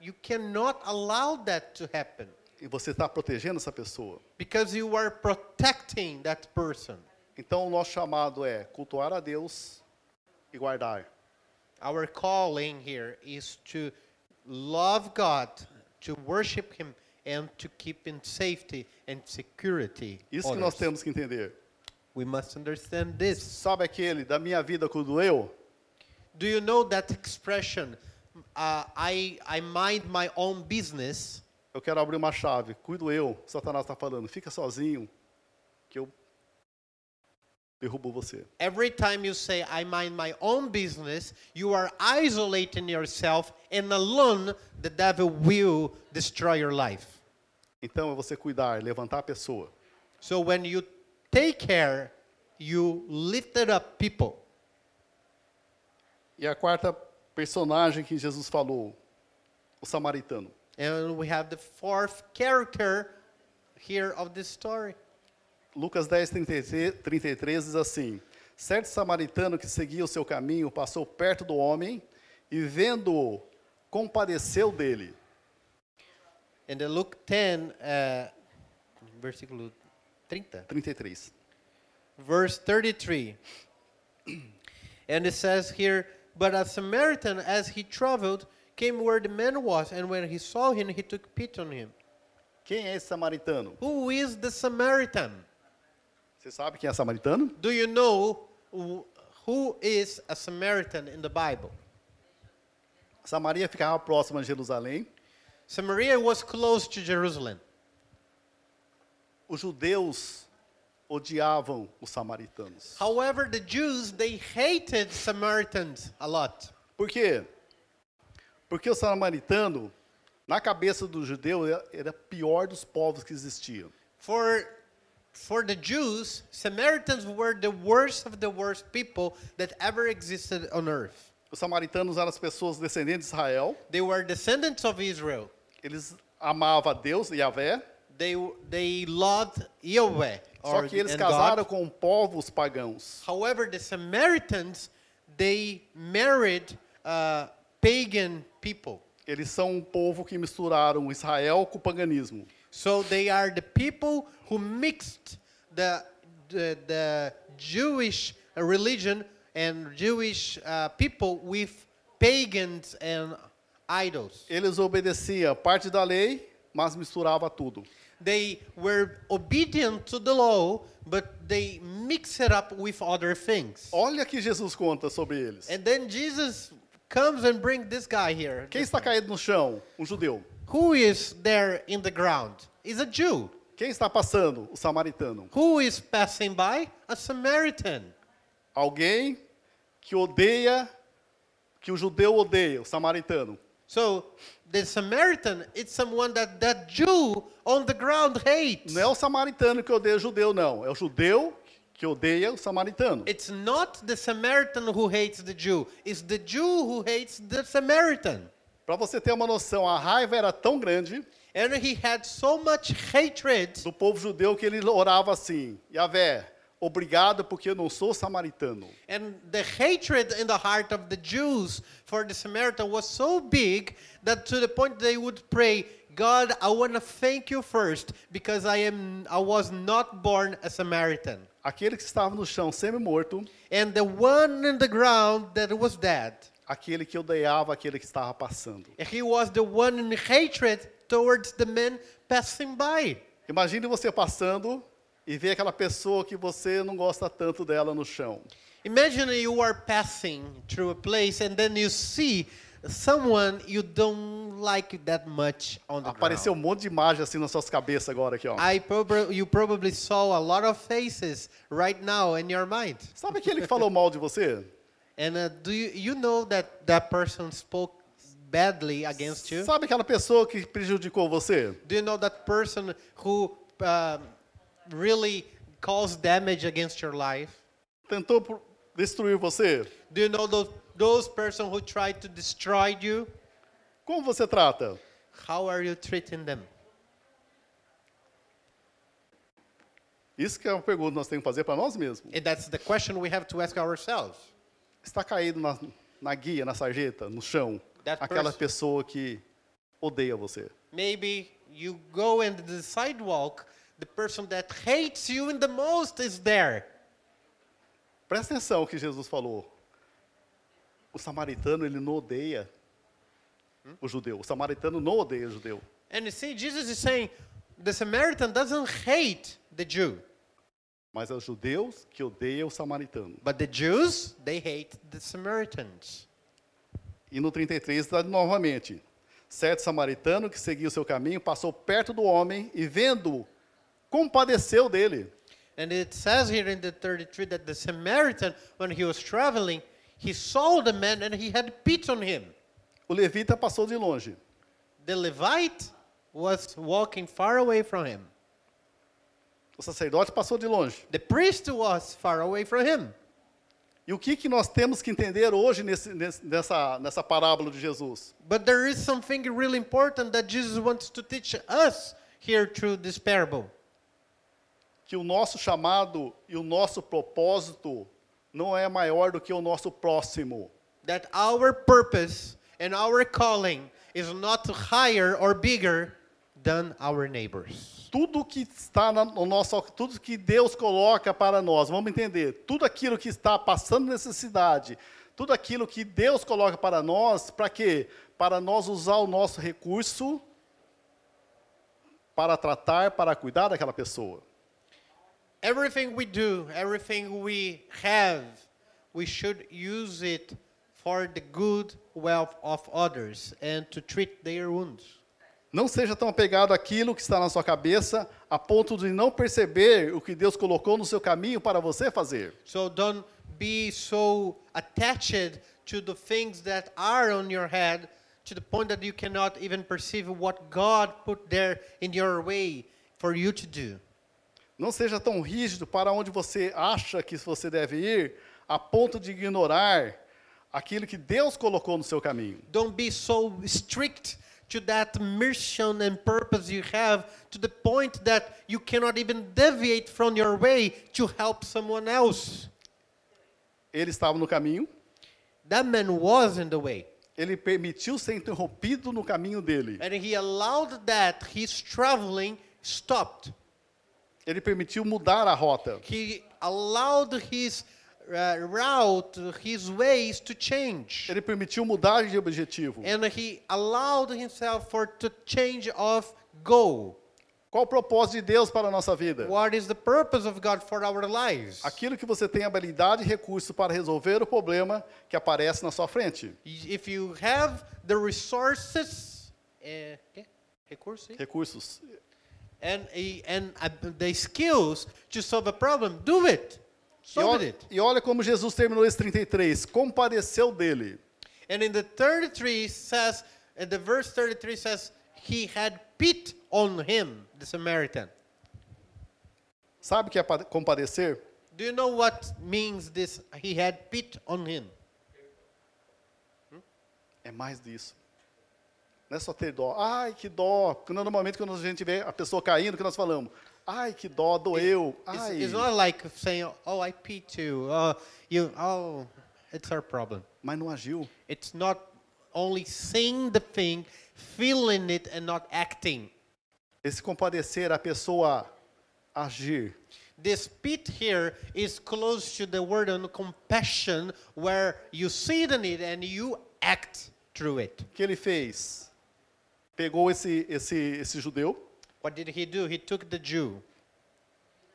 Speaker 1: you cannot allow that to happen
Speaker 2: E você está protegendo essa pessoa.
Speaker 1: because you are protecting that person
Speaker 2: Então, o nosso chamado é cultuar a Deus e guardar.
Speaker 1: our calling here is to love god to worship him and to keep in safety and security
Speaker 2: Isso que nós
Speaker 1: others.
Speaker 2: temos que entender.
Speaker 1: we must understand this
Speaker 2: Sabe aquele da minha vida que doeu?
Speaker 1: Do you know that expression? Uh, I, I mind my own business.
Speaker 2: Eu quero abrir uma chave. Cuido eu. Satanás está falando. Fica sozinho, que eu derrubo você.
Speaker 1: Every time you say, I mind my own business, you are isolating yourself, and alone, the devil will destroy your life.
Speaker 2: Então é você cuidar, levantar a pessoa.
Speaker 1: So when you take care, you lifted up people.
Speaker 2: E a quarta personagem que Jesus falou, o samaritano.
Speaker 1: And we have the fourth character here of this story.
Speaker 2: Lucas 10, 33, 33 diz assim: Certo samaritano que seguia o seu caminho passou perto do homem e, vendo-o, compadeceu dele.
Speaker 1: In the Luke 10, uh, versículo 30.
Speaker 2: 33.
Speaker 1: verse 33. and it says here, But a Samaritan, as he traveled, came where the man was, and when he saw him, he took pity on him.
Speaker 2: Quem é esse samaritano?
Speaker 1: Who is the Samaritan?
Speaker 2: Você sabe quem é samaritano?
Speaker 1: Do you know wh- who is a Samaritan in the Bible?
Speaker 2: Samaria ficava próxima de Jerusalém.
Speaker 1: Samaria was close to Jerusalem.
Speaker 2: Os judeus odiavam os samaritanos.
Speaker 1: However, the Jews, they hated Samaritans a lot.
Speaker 2: Por quê? Porque o samaritano, na cabeça do judeu, era- era pior dos povos que existiam.
Speaker 1: For For the Jews, Samaritans were the worst of the worst people that ever existed on earth.
Speaker 2: Os samaritanos eram as pessoas descendentes de Israel,
Speaker 1: They were descendants of Israel.
Speaker 2: eles amavam a Deus, Yahvé,
Speaker 1: They, they loved Yahweh.
Speaker 2: só
Speaker 1: or-
Speaker 2: que eles
Speaker 1: and
Speaker 2: casaram
Speaker 1: God.
Speaker 2: com povos pagãos.
Speaker 1: However, the Samaritans, they married uh, pagan people.
Speaker 2: Eles são um povo que misturaram Israel com o paganismo.
Speaker 1: So they are the people who mixed the, the, the Jewish religion and Jewish uh, people with pagans and idols.
Speaker 2: Eles obedeciam parte da lei, mas misturava tudo.
Speaker 1: They were obedient to the law, but they mixed it up with other things.
Speaker 2: Olha que Jesus conta sobre eles.
Speaker 1: And then Jesus comes and brings this guy here.
Speaker 2: Quem está caído no chão? Um judeu.
Speaker 1: Who is there in the ground? Is a Jew.
Speaker 2: Quem está passando? O samaritano.
Speaker 1: Who is passing by? A Samaritan.
Speaker 2: Alguém que odeia, que o judeu odeia, o samaritano.
Speaker 1: So the Samaritan is someone that that Jew on the ground hates.
Speaker 2: Não é o samaritano que odeia o judeu, não. É o judeu que odeia o samaritano.
Speaker 1: It's not the Samaritan who hates the Jew. It's the Jew who hates the Samaritan.
Speaker 2: Para você ter uma noção, a raiva era tão grande
Speaker 1: And he had so much hatred
Speaker 2: do povo judeu que ele orava assim: Yahvé, obrigado porque eu não sou samaritano.
Speaker 1: and the hatred in the heart of the Jews for the Samaritan was so big that to the point they would pray, God, I want to thank you first because I am I was not born a Samaritan.
Speaker 2: Aquele que estava no chão semi-morto,
Speaker 1: And the one in the ground that was dead,
Speaker 2: aquele que odeava aquele que estava passando.
Speaker 1: he was the one in hatred towards the men passing by.
Speaker 2: Imagine você passando e ver aquela pessoa que você não gosta tanto dela no chão.
Speaker 1: Imagine you are passing through a place and then you see someone you don't like that much on the ground.
Speaker 2: Apareceu um monte de imagem assim nas suas cabeças agora aqui, ó.
Speaker 1: I prob- you probably saw a lot of faces right now in your mind.
Speaker 2: Sabe aquele que falou mal de você?
Speaker 1: And uh, do you, you know that that person spoke badly against you?
Speaker 2: Sabe aquela pessoa que prejudicou você?
Speaker 1: Do you know that person who um, really caused damage against your life?
Speaker 2: Tentou pro- destruir você?
Speaker 1: Do you know those, those person who tried to destroy you?
Speaker 2: Como você trata?
Speaker 1: How are you treating them?
Speaker 2: Isso que é uma pergunta que nós temos que fazer para nós mesmos.
Speaker 1: And that's the question we have to ask ourselves.
Speaker 2: Está caído na, na guia, na sarjeta, no chão,
Speaker 1: That
Speaker 2: aquela
Speaker 1: person-
Speaker 2: pessoa que odeia você.
Speaker 1: Maybe you go and the sidewalk, the person that hates you in the most is there.
Speaker 2: Presta atenção o que Jesus falou. O samaritano, ele não odeia
Speaker 1: Hum?
Speaker 2: o judeu. O samaritano não odeia o judeu.
Speaker 1: And you see, Jesus is saying the Samaritan doesn't hate the Jew,
Speaker 2: Mas é os judeus que odeiam o samaritano.
Speaker 1: but the Jews, they hate the Samaritans.
Speaker 2: E no 33 está novamente. Certo samaritano que seguia o seu caminho passou perto do homem e vendo, compadeceu dele.
Speaker 1: And it says here in the 33 that the Samaritan, when he was traveling, he saw the man and he had pity on him.
Speaker 2: O levita passou de longe.
Speaker 1: The Levite was walking far away from him.
Speaker 2: O sacerdote passou de longe.
Speaker 1: The priest was far away from him.
Speaker 2: E o que, que nós temos que entender hoje nesse- nesse- nessa, nessa parábola de Jesus?
Speaker 1: But there is something really important that Jesus wants to teach us here through this parable.
Speaker 2: Que o nosso chamado e o nosso propósito não é maior do que o nosso próximo.
Speaker 1: that our purpose and our calling is not higher or bigger than our neighbors.
Speaker 2: Tudo que está na- no nosso, alc- tudo que Deus coloca para nós, vamos entender, tudo aquilo que está passando necessidade, tudo aquilo que Deus coloca para nós, para quê? Para nós usar o nosso recurso para tratar, para cuidar daquela pessoa.
Speaker 1: Everything we do, everything we have, we should use it for the good wealth of others and to treat their wounds.
Speaker 2: Não seja tão apegado àquilo que está na sua cabeça, a ponto de não perceber o que Deus colocou no seu caminho para você fazer.
Speaker 1: So don't be so attached to the things that are on your head to the point that you cannot even perceive what God put there in your way for you to do.
Speaker 2: Não seja tão rígido para onde você acha que você deve ir, a ponto de ignorar aquilo que Deus colocou no seu caminho.
Speaker 1: Don't be so strict to that mission and purpose you have to the point that you cannot even deviate from your way to help someone else.
Speaker 2: Ele estava no caminho,
Speaker 1: That man was in the way,
Speaker 2: ele permitiu ser interrompido no caminho dele.
Speaker 1: and he allowed that his traveling stopped.
Speaker 2: Ele permitiu mudar a rota.
Speaker 1: He allowed his uh, route, his ways to change.
Speaker 2: Ele permitiu mudar de objetivo.
Speaker 1: And he allowed himself for to change of goal.
Speaker 2: Qual o propósito de Deus para a nossa vida?
Speaker 1: What is the purpose of God for our lives?
Speaker 2: Aquilo que você tem habilidade e recurso para resolver o problema que aparece na sua frente.
Speaker 1: If you have the resources, eh, que? Recursos, sim?
Speaker 2: Recursos.
Speaker 1: and a- and a- the skills to solve a problem, do it.
Speaker 2: E
Speaker 1: Solve
Speaker 2: olha,
Speaker 1: it.
Speaker 2: e olha como Jesus terminou esse 33. Compadeceu dele.
Speaker 1: And in the 33 says, and the verse 33 says, he had pit on him, the Samaritan.
Speaker 2: Sabe o que é pa- compadecer?
Speaker 1: Do you know what means this? He had pit on him.
Speaker 2: É mais disso. Não é só ter dó. Ai, que dó. Quando normalmente quando a gente vê a pessoa caindo, o que nós falamos? Ai, que dó, doeu.
Speaker 1: It's,
Speaker 2: Ai.
Speaker 1: it's not like saying, "Oh, I pee too." Oh, you. Oh, it's our problem.
Speaker 2: Mas não agiu.
Speaker 1: It's not only seeing the thing, feeling it, and not acting.
Speaker 2: Esse compadecer, a pessoa agir.
Speaker 1: This pit here is close to the word on compassion, where you see the need and you act through it.
Speaker 2: O que ele fez? Pegou esse, esse, esse judeu,
Speaker 1: What did he do? He took the Jew.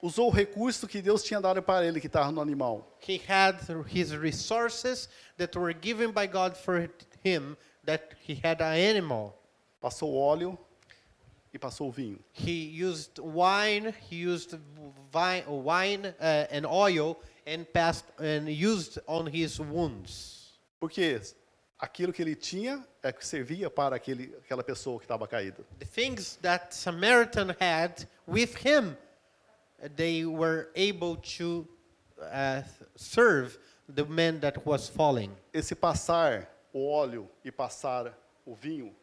Speaker 2: usou o recurso que Deus tinha dado para ele, que estava no animal.
Speaker 1: He had his resources that were given by God for him. That he had an animal.
Speaker 2: Passou óleo e passou o vinho.
Speaker 1: he used wine he used vi- wine uh, and oil and passed and used on his wounds
Speaker 2: Porque aquilo que ele tinha é que servia para aquele, aquela pessoa que estava caída.
Speaker 1: the things that samaritan had with him uh, they were able to uh, serve the man that was falling
Speaker 2: Esse passar o óleo e passar o vinho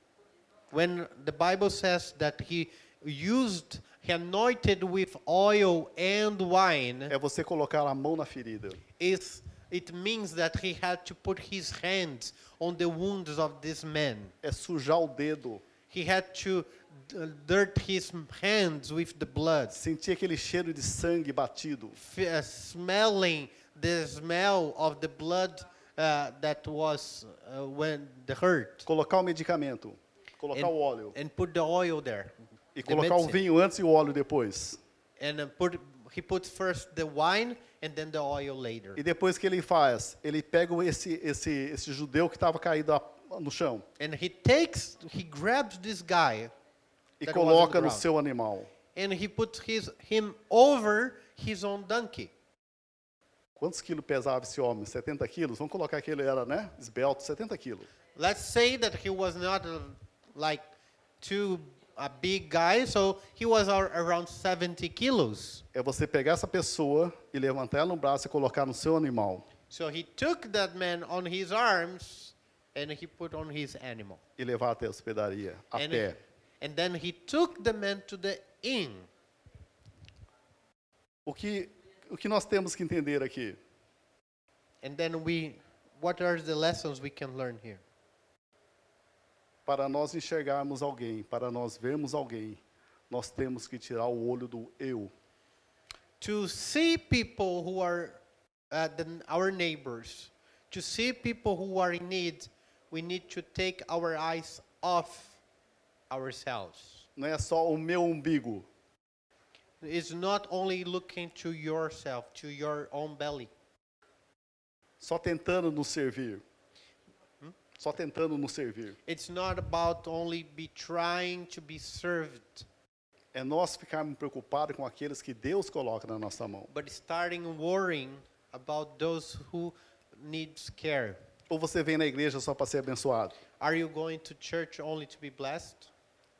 Speaker 1: when the bible says that he used he anointed with oil and wine
Speaker 2: é você colocar a mão na ferida.
Speaker 1: is it means that he had to put his hands on the wounds of this man.
Speaker 2: É sujar o dedo,
Speaker 1: He had to d- dirt his hands with the blood,
Speaker 2: sentir aquele cheiro de sangue batido.
Speaker 1: f- uh, smelling the smell of the blood uh, that was uh, when the hurt,
Speaker 2: Colocar o medicamento, colocar
Speaker 1: and,
Speaker 2: o óleo
Speaker 1: and put the oil there, the
Speaker 2: e colocar o
Speaker 1: medicine.
Speaker 2: vinho antes e o óleo depois.
Speaker 1: and uh, put he put first the wine and then the oil later.
Speaker 2: E depois que ele faz, ele pega esse esse esse judeu que estava caído a- no chão
Speaker 1: And he takes, he grabs this guy
Speaker 2: e
Speaker 1: That wasn't
Speaker 2: coloca no
Speaker 1: ground.
Speaker 2: seu animal.
Speaker 1: and he puts his him over his own donkey.
Speaker 2: Quantos quilos pesava esse homem? 70 quilos? Vamos colocar que ele era, né? Esbelto, 70 quilos.
Speaker 1: Let's say that he was not uh, like too a big guy, so he was ar- around 70 kilos.
Speaker 2: É você pegar essa pessoa e levantar ela no braço e colocar no seu animal
Speaker 1: So he took that man on his arms and he put on his animal.
Speaker 2: e levar até a hospedaria, a
Speaker 1: and,
Speaker 2: pé.
Speaker 1: and then he took the man to the inn.
Speaker 2: O que, o que nós temos que entender aqui?
Speaker 1: And then we, what are the lessons we can learn here?
Speaker 2: Para nós enxergarmos alguém, para nós vermos alguém, nós temos que tirar o olho do eu.
Speaker 1: to see people who are uh, the, our neighbors, to see people who are in need, we need to take our eyes off ourselves.
Speaker 2: Não é só o meu umbigo,
Speaker 1: It's not only looking to yourself, to your own belly,
Speaker 2: só tentando nos servir. Só tentando nos servir.
Speaker 1: it's not about only be trying to be served,
Speaker 2: É nós ficarmos preocupados com aqueles que Deus coloca na nossa mão.
Speaker 1: but starting worrying about those who needs care.
Speaker 2: Ou você vem na igreja só para ser abençoado?
Speaker 1: Are you going to church only to be blessed?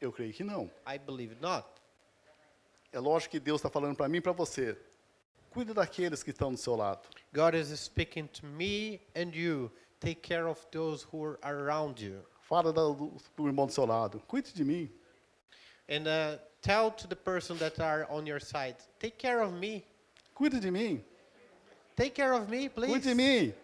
Speaker 2: Eu creio que não.
Speaker 1: I believe not.
Speaker 2: É É lógico que Deus está falando para mim e para você. Cuida daqueles que estão do seu lado.
Speaker 1: God is speaking to me and you. Take care of those who are around you.
Speaker 2: Fala da- do, do irmão do seu lado. Cuide de mim.
Speaker 1: And uh, tell to the person that are on your side, take care of me.
Speaker 2: Cuide de mim.
Speaker 1: Take care of me, please.
Speaker 2: Cuide de mim.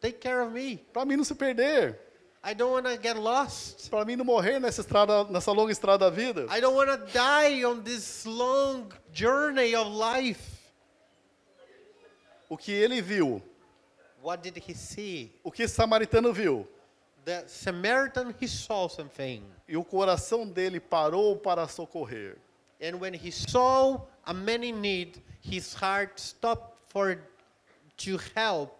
Speaker 1: Take care of me.
Speaker 2: Para mim não se perder.
Speaker 1: I don't want to get lost.
Speaker 2: Para mim não morrer nessa estrada, nessa longa estrada da vida.
Speaker 1: I don't want to die on this long journey of life.
Speaker 2: O que ele viu,
Speaker 1: What did he see?
Speaker 2: o que esse samaritano viu,
Speaker 1: The Samaritan, he saw something.
Speaker 2: e o coração dele parou para socorrer.
Speaker 1: And when he saw a man in need, his heart stopped for to help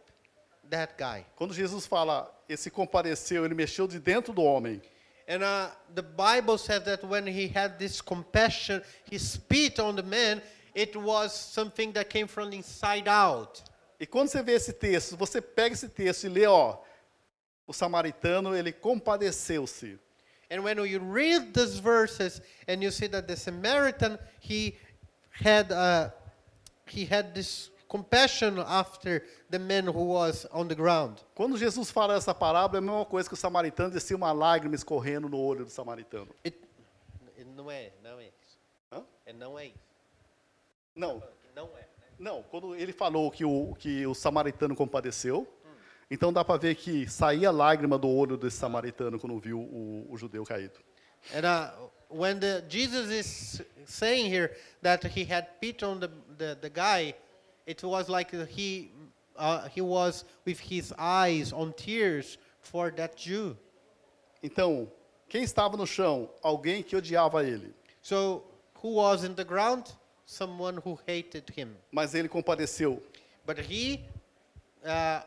Speaker 1: that guy.
Speaker 2: Quando Jesus fala, esse compareceu, ele mexeu de dentro do homem.
Speaker 1: And uh, the Bible said that when he had this compassion, he spit on the man. It was something that came from inside out.
Speaker 2: E quando você vê esse texto, você pega esse texto e lê, ó, o samaritano, ele compadeceu-se.
Speaker 1: And when you read these verses and you see that the Samaritan he had uh, he had this compassion after the man who was on the ground.
Speaker 2: Quando Jesus fala essa parábola, é a mesma coisa que o samaritano descia uma lágrima escorrendo no olho do samaritano.
Speaker 1: It, não é, não é isso.
Speaker 2: Hã?
Speaker 1: É, não é isso.
Speaker 2: Não,
Speaker 1: Não é. né?
Speaker 2: não, quando ele falou que o, que o samaritano compadeceu, então dá para ver que saía lágrima do olho desse samaritano quando viu o, o judeu caído.
Speaker 1: And uh, when the, Jesus is saying here that he had pit on the, the, the guy, it was like he uh, he was with his eyes on tears for that Jew.
Speaker 2: Então, quem estava no chão? Alguém que odiava ele.
Speaker 1: So who was in the ground? Someone who hated him.
Speaker 2: Mas ele compadeceu,
Speaker 1: But he, uh,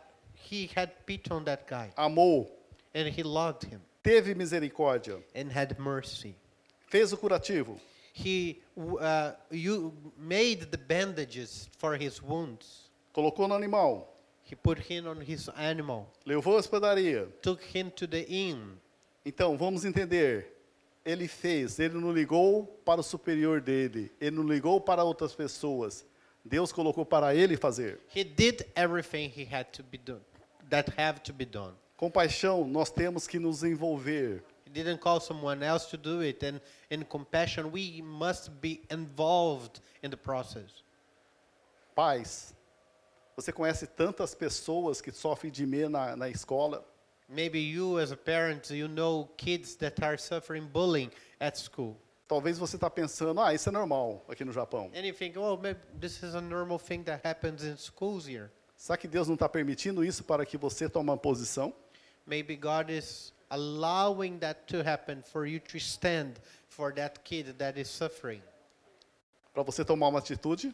Speaker 1: he had pity on that guy,
Speaker 2: amou,
Speaker 1: and he loved him
Speaker 2: teve misericórdia,
Speaker 1: and had mercy.
Speaker 2: fez o curativo.
Speaker 1: He w- uh, you made the bandages for his wounds.
Speaker 2: colocou no animal,
Speaker 1: He put him on his animal,
Speaker 2: levou à hospedaria.
Speaker 1: took him to the inn.
Speaker 2: Então, vamos entender. Ele fez, ele não ligou para o superior dele, ele não ligou para outras pessoas. Deus colocou para ele fazer.
Speaker 1: He did everything he had to be done, that have to be done.
Speaker 2: Compaixão, nós temos que nos envolver.
Speaker 1: He didn't call someone else to do it, and in compassion, we must be involved in the process.
Speaker 2: Pais, você conhece tantas pessoas que sofrem de meia na, na escola?
Speaker 1: Maybe you, as a parent, you know kids that are suffering bullying at school.
Speaker 2: Talvez você está pensando, ah, isso é normal aqui no Japão.
Speaker 1: And you think, oh, maybe this is a normal thing that happens in schools here.
Speaker 2: Será que Deus não está permitindo isso para que você tome uma posição?
Speaker 1: Maybe God is allowing that to happen for you to stand for that kid that is suffering,
Speaker 2: Para você tomar uma atitude?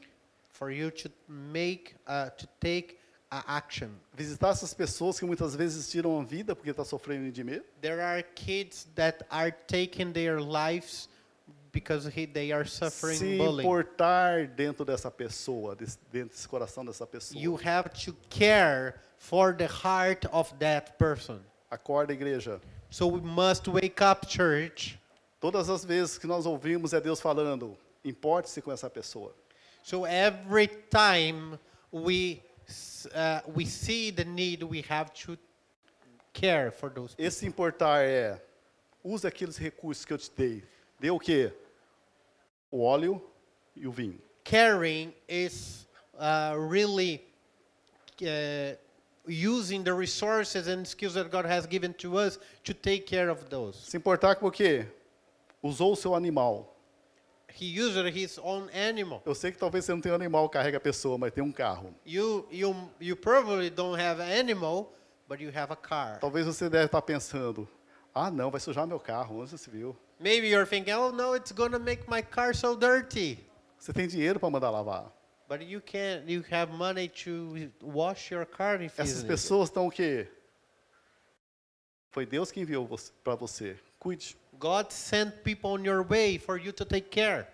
Speaker 1: for you to make, uh, to take uh, action.
Speaker 2: visitar essas pessoas que muitas vezes tiram a vida porque está sofrendo de medo.
Speaker 1: There are kids that are taking their lives because he, they are suffering
Speaker 2: Se
Speaker 1: Tá bullying.
Speaker 2: importar dentro dessa pessoa, desse- dentro desse coração dessa pessoa.
Speaker 1: You have to care for the heart of that person.
Speaker 2: Acorda, igreja.
Speaker 1: So we must wake up, church.
Speaker 2: Todas as vezes que nós ouvimos é Deus falando, importe-se com essa pessoa.
Speaker 1: So every time we s- uh, we see the need, we have to care for those. people.
Speaker 2: Esse importar é, use aqueles recursos que eu te dei. Dê o quê? O óleo e o vinho.
Speaker 1: Caring is uh, really uh, using the resources and skills that God has given to us to take care of those.
Speaker 2: Se importar com o quê? Usou o seu animal.
Speaker 1: He used his own animal.
Speaker 2: Eu sei que talvez você não tenha um animal, carrega a pessoa, mas tem um carro.
Speaker 1: You you you probably don't have an animal, but you have a car.
Speaker 2: Talvez você deve estar pensando, ah não, vai sujar meu carro, onde você se viu?
Speaker 1: Maybe you're thinking, oh no, it's gonna make my car so dirty.
Speaker 2: Você tem dinheiro para mandar lavar.
Speaker 1: But you can't. You have money to wash your car if you
Speaker 2: Essas
Speaker 1: need.
Speaker 2: pessoas estão o quê? Foi Deus que enviou para você. Cuide.
Speaker 1: God sent people on your way for you to take care.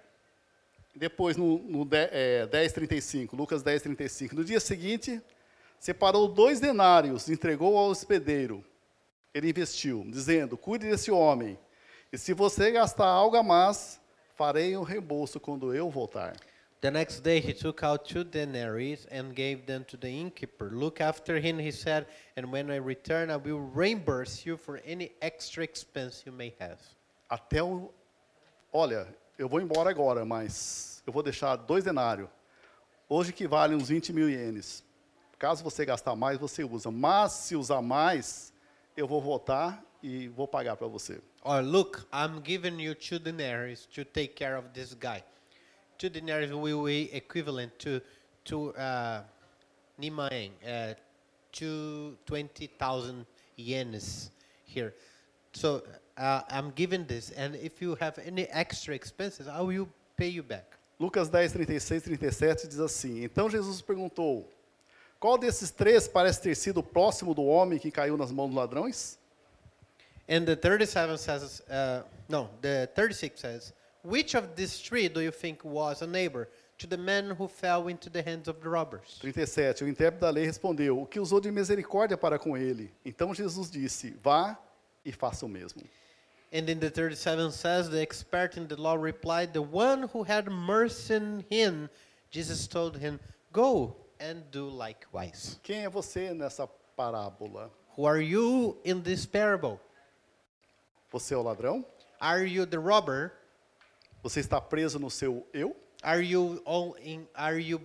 Speaker 2: Depois, no, no de, é, 10,35, Lucas 10,35. No dia seguinte, separou dois denários, entregou ao hospedeiro. Ele investiu, dizendo, cuide desse homem. E se você gastar algo a mais, farei o reembolso quando eu voltar.
Speaker 1: The next day he took out two denaries and gave them to the innkeeper. Look after him, he said, and when I return, I will reimburse you for any extra expense you may have.
Speaker 2: Até o. Olha, eu vou embora agora, mas eu vou deixar dois denários. Hoje que vale uns 20 mil ienes. Caso você gastar mais, você usa. Mas se usar mais, eu vou voltar e vou pagar para você.
Speaker 1: Or look, I'm giving you two denaries to take care of this guy. Two denaries will be equivalent to to uh, nimaeng, uh, to twenty thousand yenes here. So uh, I'm giving this, and if you have any extra expenses, I will pay you back.
Speaker 2: Lucas 10, 36, 37 diz assim: Então Jesus perguntou: Qual desses três parece ter sido o próximo do homem que caiu nas mãos dos ladrões?
Speaker 1: And the 37 says, uh, no, the 36 says, which of these three do you think was a neighbor to the man who fell into the hands of the robbers?
Speaker 2: 37. O intérprete da lei respondeu: O que usou de misericórdia para com ele? Então Jesus disse: Vá e faça o mesmo.
Speaker 1: And in the 37 says, the expert in the law replied, the one who had mercy on him, Jesus told him, go and do likewise.
Speaker 2: Quem é você nessa parábola?
Speaker 1: Who are you in this parable?
Speaker 2: Você é o ladrão?
Speaker 1: Are you the robber?
Speaker 2: Você está preso no seu eu?
Speaker 1: Are you all in, are you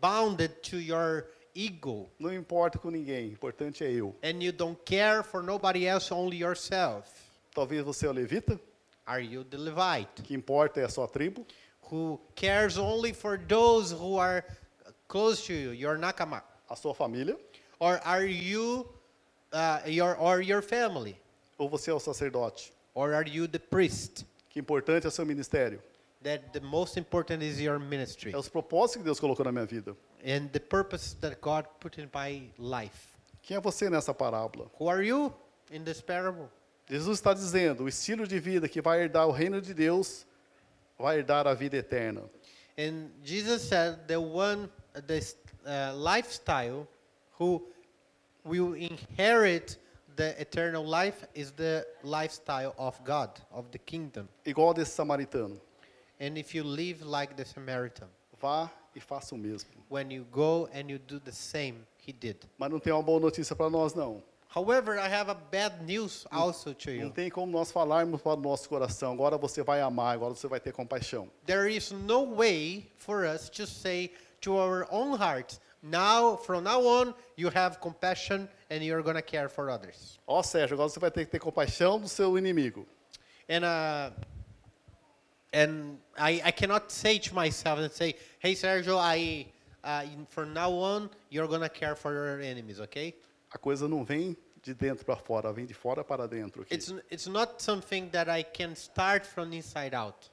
Speaker 1: bounded to your ego
Speaker 2: Não importa com ninguém, o importante é eu.
Speaker 1: and you don't care for nobody else, only yourself?
Speaker 2: Talvez você é o levita,
Speaker 1: Are you the Levite
Speaker 2: o que importa é a sua tribo.
Speaker 1: who cares only for those who are close to you, your nakama?
Speaker 2: a sua família,
Speaker 1: Or are you uh, your or your family?
Speaker 2: ou você é o sacerdote.
Speaker 1: Or are you the priest?
Speaker 2: Que importante é seu ministério.
Speaker 1: That the most important is your ministry
Speaker 2: É os propósitos que Deus colocou na minha vida.
Speaker 1: and the purpose that God put in my life.
Speaker 2: Quem é você nessa parábola?
Speaker 1: Who are you in this parable?
Speaker 2: Jesus está dizendo, o estilo de vida que vai herdar o reino de Deus vai herdar a vida eterna.
Speaker 1: And Jesus said, the one, this uh, lifestyle who will inherit the eternal life is the lifestyle of God, of the kingdom.
Speaker 2: Igual desse samaritano.
Speaker 1: And if you live like the Samaritan,
Speaker 2: Vá e faça o mesmo.
Speaker 1: when you go and you do the same he did.
Speaker 2: Mas não tem uma boa notícia para nós não.
Speaker 1: However, I have a bad news also to
Speaker 2: Não
Speaker 1: you.
Speaker 2: tem como nós falarmos para o nosso coração, agora você vai amar, agora você vai ter compaixão.
Speaker 1: There is no way for us to say to our own hearts, now from now on you have compassion and you're going to care for others.
Speaker 2: Ó Sérgio, agora você vai ter que ter compaixão do seu inimigo.
Speaker 1: and uh, and I, I cannot say to myself and say, "Hey Sergio, I uh, in- from now on you're gonna care for your enemies, okay?"
Speaker 2: A coisa não vem de dentro para fora, vem de fora para dentro. aqui.
Speaker 1: It's it's not something that I can start from inside out.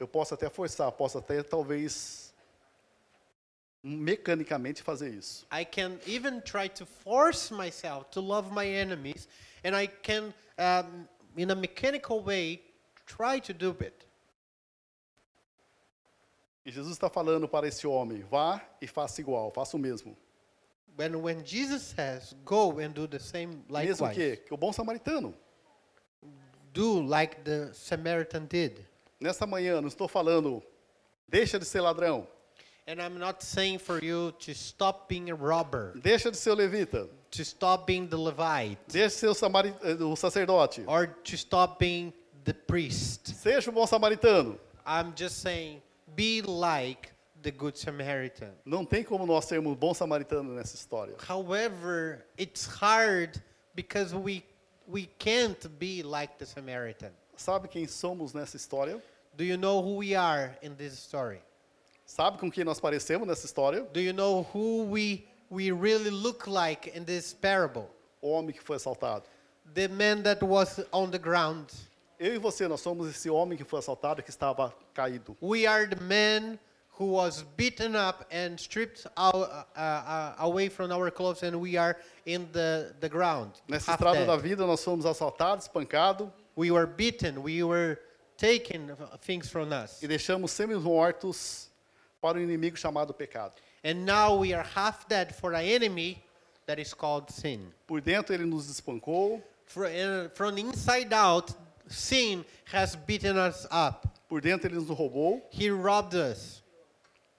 Speaker 2: Eu posso até forçar, posso até talvez mecanicamente fazer isso.
Speaker 1: I can even try to force myself to love my enemies, and I can, um, in a mechanical way, try to do it.
Speaker 2: E Jesus está falando para esse homem: vá e faça igual, faça o mesmo.
Speaker 1: When when Jesus says, "Go and do the same
Speaker 2: Mesmo
Speaker 1: likewise,"
Speaker 2: que, que o bom samaritano.
Speaker 1: do like the Samaritan did.
Speaker 2: Nesta manhã, não estou falando, deixa de ser ladrão,
Speaker 1: And I'm not saying for you to stop being a robber,
Speaker 2: deixa de ser o levita,
Speaker 1: to stop being the Levite,
Speaker 2: deixa de ser o, samari- eh, o sacerdote,
Speaker 1: or to stop being the priest.
Speaker 2: seja o bom samaritano.
Speaker 1: I'm just saying be like the Good Samaritan.
Speaker 2: Não tem como nós sermos bom samaritano nessa história.
Speaker 1: However, it's hard because we we can't be like the Samaritan.
Speaker 2: Sabe quem somos nessa história?
Speaker 1: Do you know who we are in this story?
Speaker 2: Sabe com quem nós parecemos nessa história?
Speaker 1: Do you know who we we really look like in this parable?
Speaker 2: O homem que foi assaltado.
Speaker 1: The man that was on the ground.
Speaker 2: Eu e você, nós somos esse homem que foi assaltado que estava caído.
Speaker 1: We are the man who was beaten up and stripped our, uh, uh, away from our clothes, and we are in the, the ground.
Speaker 2: Nessa
Speaker 1: half
Speaker 2: estrada
Speaker 1: dead.
Speaker 2: da vida, nós fomos assaltados, espancados
Speaker 1: We were beaten. We were taken f- things from us.
Speaker 2: e deixamos semi-mortos para o inimigo chamado pecado.
Speaker 1: And now we are half dead for an enemy that is called sin.
Speaker 2: Por dentro, ele nos espancou,
Speaker 1: Fro- uh, From, inside out, sin has beaten us up.
Speaker 2: Por dentro ele nos roubou,
Speaker 1: He robbed us.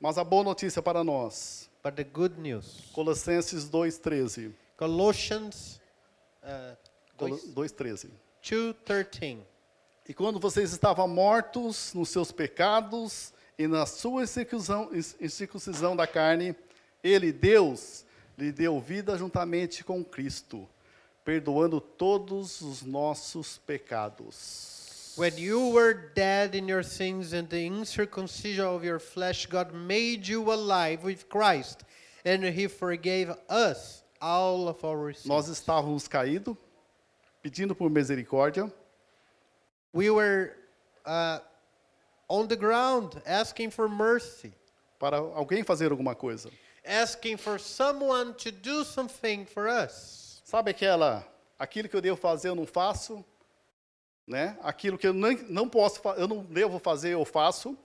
Speaker 2: mas a boa notícia para nós.
Speaker 1: But the good news
Speaker 2: Colossenses 2:13.
Speaker 1: Colossians uh,
Speaker 2: Colo- 2:13.
Speaker 1: 2.13.
Speaker 2: E quando vocês estavam mortos nos seus pecados e na sua incircuncisão, incircuncisão da carne, Ele, Deus, lhe deu vida juntamente com Cristo, perdoando todos os nossos pecados.
Speaker 1: When you were dead in your sins and the incircumcision of your flesh, God made you alive with Christ, and He forgave us all of our sins.
Speaker 2: Nós estávamos caídos, pedindo por misericórdia,
Speaker 1: we were uh, on the ground asking for mercy,
Speaker 2: para alguém fazer alguma coisa.
Speaker 1: asking for someone to do something for us.
Speaker 2: Sabe aquela, aquilo que eu devo fazer eu não faço, né? Aquilo que eu não, não posso, fa- eu não devo fazer eu faço.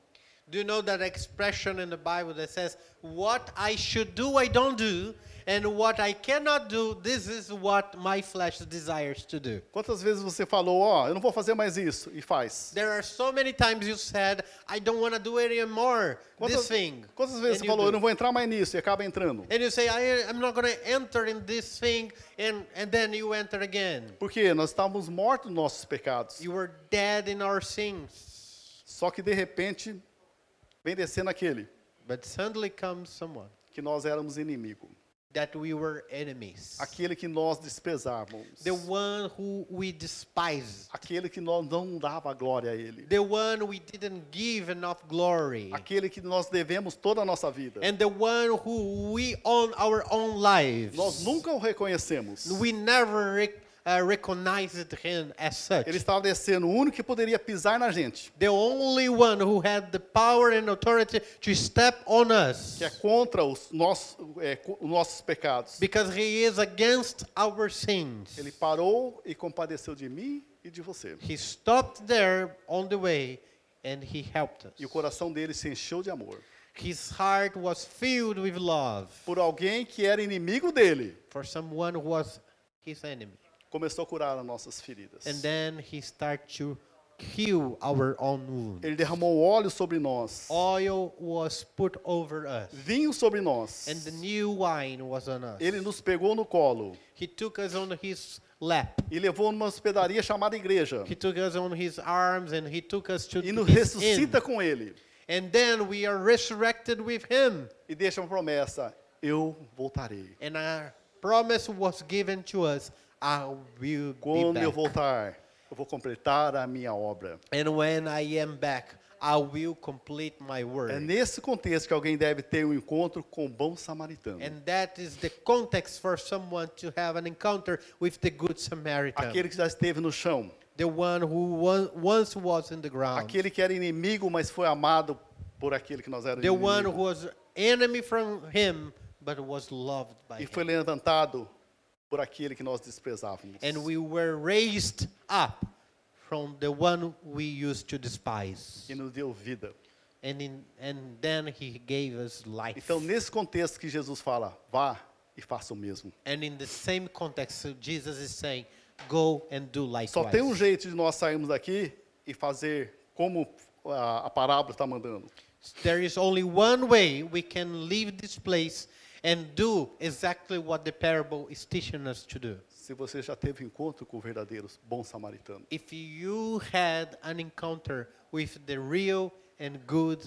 Speaker 1: Do you know that expression in the Bible that says, What I should do, I don't do, and what I cannot do, this is what my flesh desires to do?
Speaker 2: Quantas vezes você falou, ó, eu não vou fazer mais isso e faz?
Speaker 1: There are so many times you said, I don't want to do it anymore,
Speaker 2: Quantas,
Speaker 1: this thing.
Speaker 2: quantas vezes
Speaker 1: and
Speaker 2: você
Speaker 1: you
Speaker 2: falou, eu
Speaker 1: do. É.
Speaker 2: não vou entrar mais nisso e acaba entrando?
Speaker 1: And you say, I, I'm not going to enter in this thing, and, and then you enter again.
Speaker 2: Porque nós estávamos mortos nos nossos pecados.
Speaker 1: You were dead in our sins.
Speaker 2: Só que de repente vem descendo aquele
Speaker 1: But suddenly comes someone
Speaker 2: que nós éramos inimigo,
Speaker 1: that we were enemies.
Speaker 2: aquele que nós desprezávamos,
Speaker 1: The one who we despised.
Speaker 2: aquele que nós não dava glória a ele,
Speaker 1: The one we didn't give enough glory.
Speaker 2: aquele que nós devemos toda a nossa vida.
Speaker 1: And the one who we own our own lives.
Speaker 2: Nós nunca o reconhecemos.
Speaker 1: We never rec- uh, recognized him as such.
Speaker 2: Ele estava descendo, o único que poderia pisar na gente,
Speaker 1: The only one who had the power and authority to step on us.
Speaker 2: que é contra os nossos, é, co- os nossos pecados.
Speaker 1: Because he is against our sins.
Speaker 2: Ele parou e compadeceu de mim e de você.
Speaker 1: He stopped there on the way and he helped us.
Speaker 2: E o coração dele se encheu de amor
Speaker 1: His heart was filled with love
Speaker 2: por alguém que era inimigo dele.
Speaker 1: for someone who was his enemy.
Speaker 2: Começou a curar as nossas feridas.
Speaker 1: And then he started to heal our own wound.
Speaker 2: Ele derramou óleo sobre nós,
Speaker 1: Oil was put over us,
Speaker 2: vinho sobre nós.
Speaker 1: and the new wine was on us.
Speaker 2: Ele nos pegou no colo
Speaker 1: He took us on his lap.
Speaker 2: e levou numa hospedaria chamada igreja
Speaker 1: He took us on his arms and he took us to
Speaker 2: e nos
Speaker 1: his
Speaker 2: ressuscita
Speaker 1: inn.
Speaker 2: com ele
Speaker 1: And then we are resurrected with him.
Speaker 2: e deixa uma promessa: eu voltarei.
Speaker 1: And a promise was given to us, I will be
Speaker 2: Quando eu
Speaker 1: back.
Speaker 2: voltar, eu vou completar a minha obra.
Speaker 1: And when I am back, I will complete my work.
Speaker 2: É nesse contexto que alguém deve ter um encontro com o bom samaritano.
Speaker 1: And that is the context for someone to have an encounter with the Good Samaritan,
Speaker 2: Aquele que já esteve no chão.
Speaker 1: the one who wa- once was in the ground,
Speaker 2: Aquele que era inimigo, mas foi amado por aquele que nós éramos
Speaker 1: the one who
Speaker 2: inimigos.
Speaker 1: was enemy from him but was loved by
Speaker 2: E
Speaker 1: him.
Speaker 2: foi levantado por aquele que nós desprezávamos.
Speaker 1: And we were raised up from the one we used to despise.
Speaker 2: E nos deu vida.
Speaker 1: And, in, and then he gave us life.
Speaker 2: Então, nesse contexto que Jesus fala, vá e faça o mesmo.
Speaker 1: And in the same context, so Jesus is saying, go and do
Speaker 2: Só
Speaker 1: likewise.
Speaker 2: tem um jeito de nós sairmos daqui e fazer como ah, a, a parábola está mandando.
Speaker 1: There is only one way we can leave this place and do exactly what the parable is teaching us to do.
Speaker 2: Se você já teve encontro com o verdadeiro bom samaritano.
Speaker 1: If you had an encounter with the real and good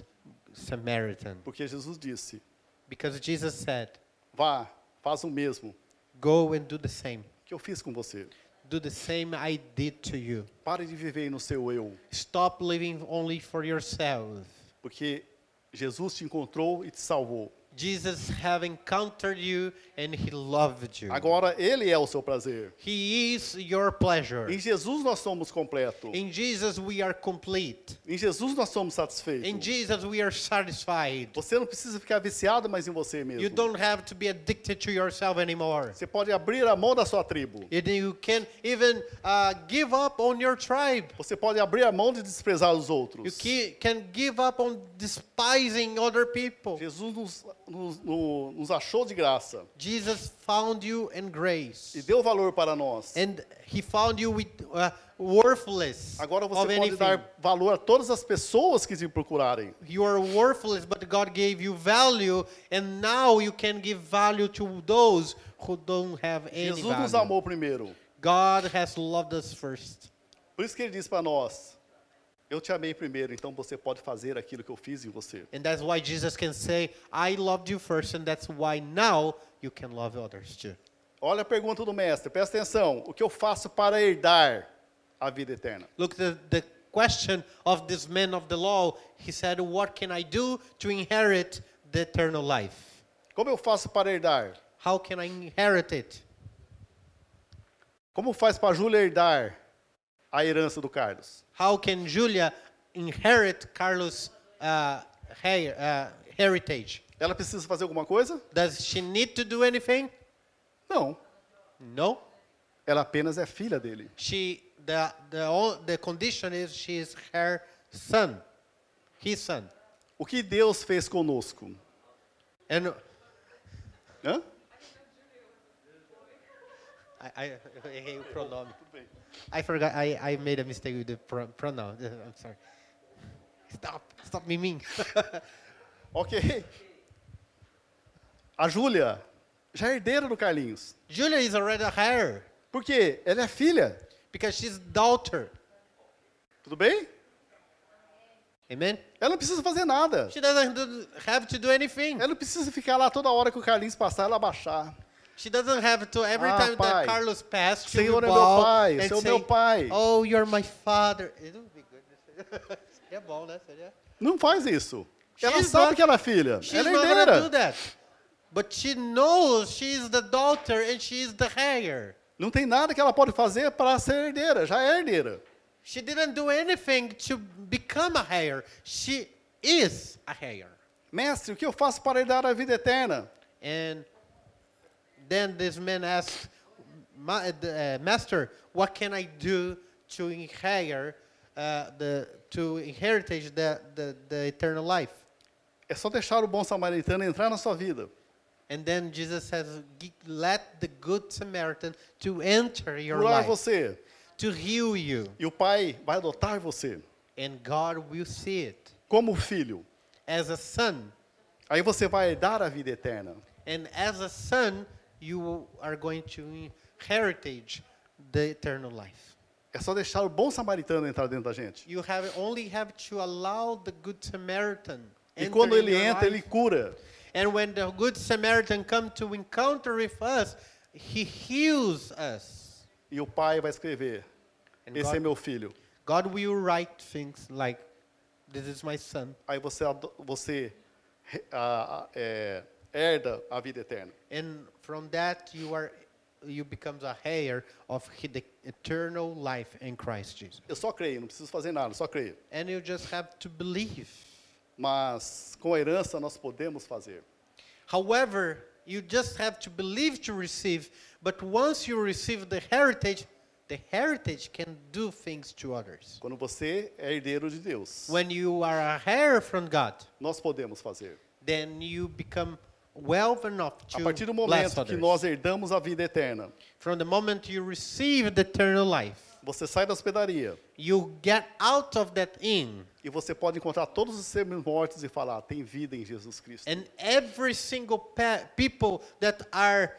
Speaker 1: Samaritan,
Speaker 2: Porque Jesus disse,
Speaker 1: because Jesus said,
Speaker 2: vá, faz o mesmo
Speaker 1: go and do the same.
Speaker 2: que eu fiz com você.
Speaker 1: Do the same I did to you.
Speaker 2: Pare de viver no seu eu,
Speaker 1: Stop living only for yourself.
Speaker 2: porque Jesus te encontrou e te salvou.
Speaker 1: Jesus have encountered you and he loved you.
Speaker 2: Agora ele é o seu prazer.
Speaker 1: He is your pleasure.
Speaker 2: Em Jesus nós somos completo.
Speaker 1: In Jesus we are complete.
Speaker 2: Em Jesus nós somos
Speaker 1: In
Speaker 2: satisfeitos.
Speaker 1: Jesus we are satisfied.
Speaker 2: Você não precisa ficar viciado mais em você
Speaker 1: You
Speaker 2: mesmo.
Speaker 1: don't have to be addicted to yourself anymore.
Speaker 2: Você pode abrir a mão da sua tribo.
Speaker 1: And you can even uh, give up on your tribe.
Speaker 2: Você pode abrir a mão de desprezar os
Speaker 1: You
Speaker 2: outros.
Speaker 1: ki- can give up on despising other people.
Speaker 2: Jesus nos, nos, no- nos achou de graça
Speaker 1: Jesus found you in grace.
Speaker 2: e deu valor para nós.
Speaker 1: And he found you with uh, worthless
Speaker 2: Agora
Speaker 1: of
Speaker 2: você pode
Speaker 1: anything.
Speaker 2: dar valor a todas as pessoas que te procurarem.
Speaker 1: You are worthless, but God gave you value, and now you can give value to those who don't have any
Speaker 2: Jesus nos
Speaker 1: value.
Speaker 2: amou primeiro.
Speaker 1: God has loved us first.
Speaker 2: Por isso que ele diz para nós: Eu te amei primeiro, então você pode fazer aquilo que eu fiz em você.
Speaker 1: And that's why Jesus can say, I loved you first, and that's why now you can love others too.
Speaker 2: Olha a pergunta do mestre, presta atenção. O que eu faço para herdar a vida eterna?
Speaker 1: Look, the, the question of this man of the law, he said, What can I do to inherit the eternal life?
Speaker 2: Como eu faço para herdar?
Speaker 1: How can I inherit it?
Speaker 2: Como faz para a Júlia herdar a herança do Carlos?
Speaker 1: How can Julia inherit Carlos' uh, he- uh, heritage?
Speaker 2: Ela precisa fazer alguma coisa?
Speaker 1: Does she need to do anything?
Speaker 2: Não.
Speaker 1: No.
Speaker 2: Ela apenas é filha dele.
Speaker 1: She the the all, the condition is she is her son, his son,
Speaker 2: O que Deus fez conosco?
Speaker 1: and
Speaker 2: Hã?
Speaker 1: I I *laughs* errei o pronome. I forgot. I I made a mistake with the pro pronoun. *laughs* I'm sorry. Stop! Stop miming. *laughs*
Speaker 2: Ok. *laughs* A Júlia já é herdeira do Carlinhos.
Speaker 1: Julia is already a heir
Speaker 2: Por quê? Ela é filha.
Speaker 1: because she's daughter.
Speaker 2: Tudo bem?
Speaker 1: Amen.
Speaker 2: Ela não precisa fazer nada.
Speaker 1: She doesn't do- have to do anything.
Speaker 2: Ela não precisa ficar lá toda hora que o Carlinhos passar, ela baixar.
Speaker 1: She doesn't have to. Every
Speaker 2: Ah,
Speaker 1: time
Speaker 2: pai.
Speaker 1: that Carlos passed, she
Speaker 2: Senhor
Speaker 1: would
Speaker 2: é meu
Speaker 1: bow
Speaker 2: pai,
Speaker 1: and
Speaker 2: Senhor é
Speaker 1: say,
Speaker 2: meu pai.
Speaker 1: Oh, you're my father. It would be good. *laughs* Seria bom, né? Seria.
Speaker 2: Não faz isso. Ela
Speaker 1: She's
Speaker 2: sabe
Speaker 1: not-
Speaker 2: que ela é filha.
Speaker 1: She's
Speaker 2: Ela é
Speaker 1: not gonna do
Speaker 2: herdeira.
Speaker 1: that. But she knows she is the daughter and she is the heir.
Speaker 2: Não tem nada que ela pode fazer para ser herdeira. Já é herdeira.
Speaker 1: She didn't do anything to become a heir. She is a heir.
Speaker 2: Mestre, o que eu faço para herdar a vida eterna?
Speaker 1: And then this man asked, "Ma- uh, the, uh, Master, what can I do to inherit uh, the to inherit the, the, the eternal life?
Speaker 2: É só deixar o bom samaritano entrar na sua vida.
Speaker 1: And then Jesus says, "Gi- let the good Samaritan to enter your
Speaker 2: Curar
Speaker 1: life,
Speaker 2: você.
Speaker 1: to heal you,
Speaker 2: E o pai vai adotar você
Speaker 1: and God will see it
Speaker 2: como filho.
Speaker 1: as a son.
Speaker 2: Aí você vai herdar a vida eterna.
Speaker 1: And as a son, you are going to inherit the eternal life.
Speaker 2: É só deixar o bom samaritano entrar dentro da gente.
Speaker 1: You have only have to allow the good Samaritan.
Speaker 2: E
Speaker 1: enter
Speaker 2: quando
Speaker 1: in
Speaker 2: ele
Speaker 1: your
Speaker 2: entra, ele
Speaker 1: life.
Speaker 2: cura.
Speaker 1: And when the good Samaritan comes to encounter with us, he heals us.
Speaker 2: E o pai vai escrever:
Speaker 1: And
Speaker 2: Esse é
Speaker 1: God,
Speaker 2: meu filho.
Speaker 1: God will write things like, "This is my son,"
Speaker 2: Aí você, ado- você re- a- a- é, herda a vida eterna.
Speaker 1: and from that you are you becomes a heir of he- the eternal life in Christ Jesus.
Speaker 2: Eu só creio, não preciso fazer nada, só creio.
Speaker 1: And you just have to believe.
Speaker 2: Mas com a herança nós podemos fazer.
Speaker 1: However, you just have to believe to receive. But once you receive the heritage, the heritage can do things to others.
Speaker 2: Quando você é herdeiro de Deus,
Speaker 1: When you are a heir from God,
Speaker 2: nós podemos fazer.
Speaker 1: then you become well enough
Speaker 2: A
Speaker 1: to
Speaker 2: partir do
Speaker 1: bless
Speaker 2: momento que
Speaker 1: others.
Speaker 2: nós herdamos a vida eterna,
Speaker 1: From the moment you receive the eternal life,
Speaker 2: você sai da hospedaria
Speaker 1: you get out of that inn,
Speaker 2: e você pode encontrar todos os semi-mortos e falar: tem vida em Jesus Cristo.
Speaker 1: and every single pe- people that are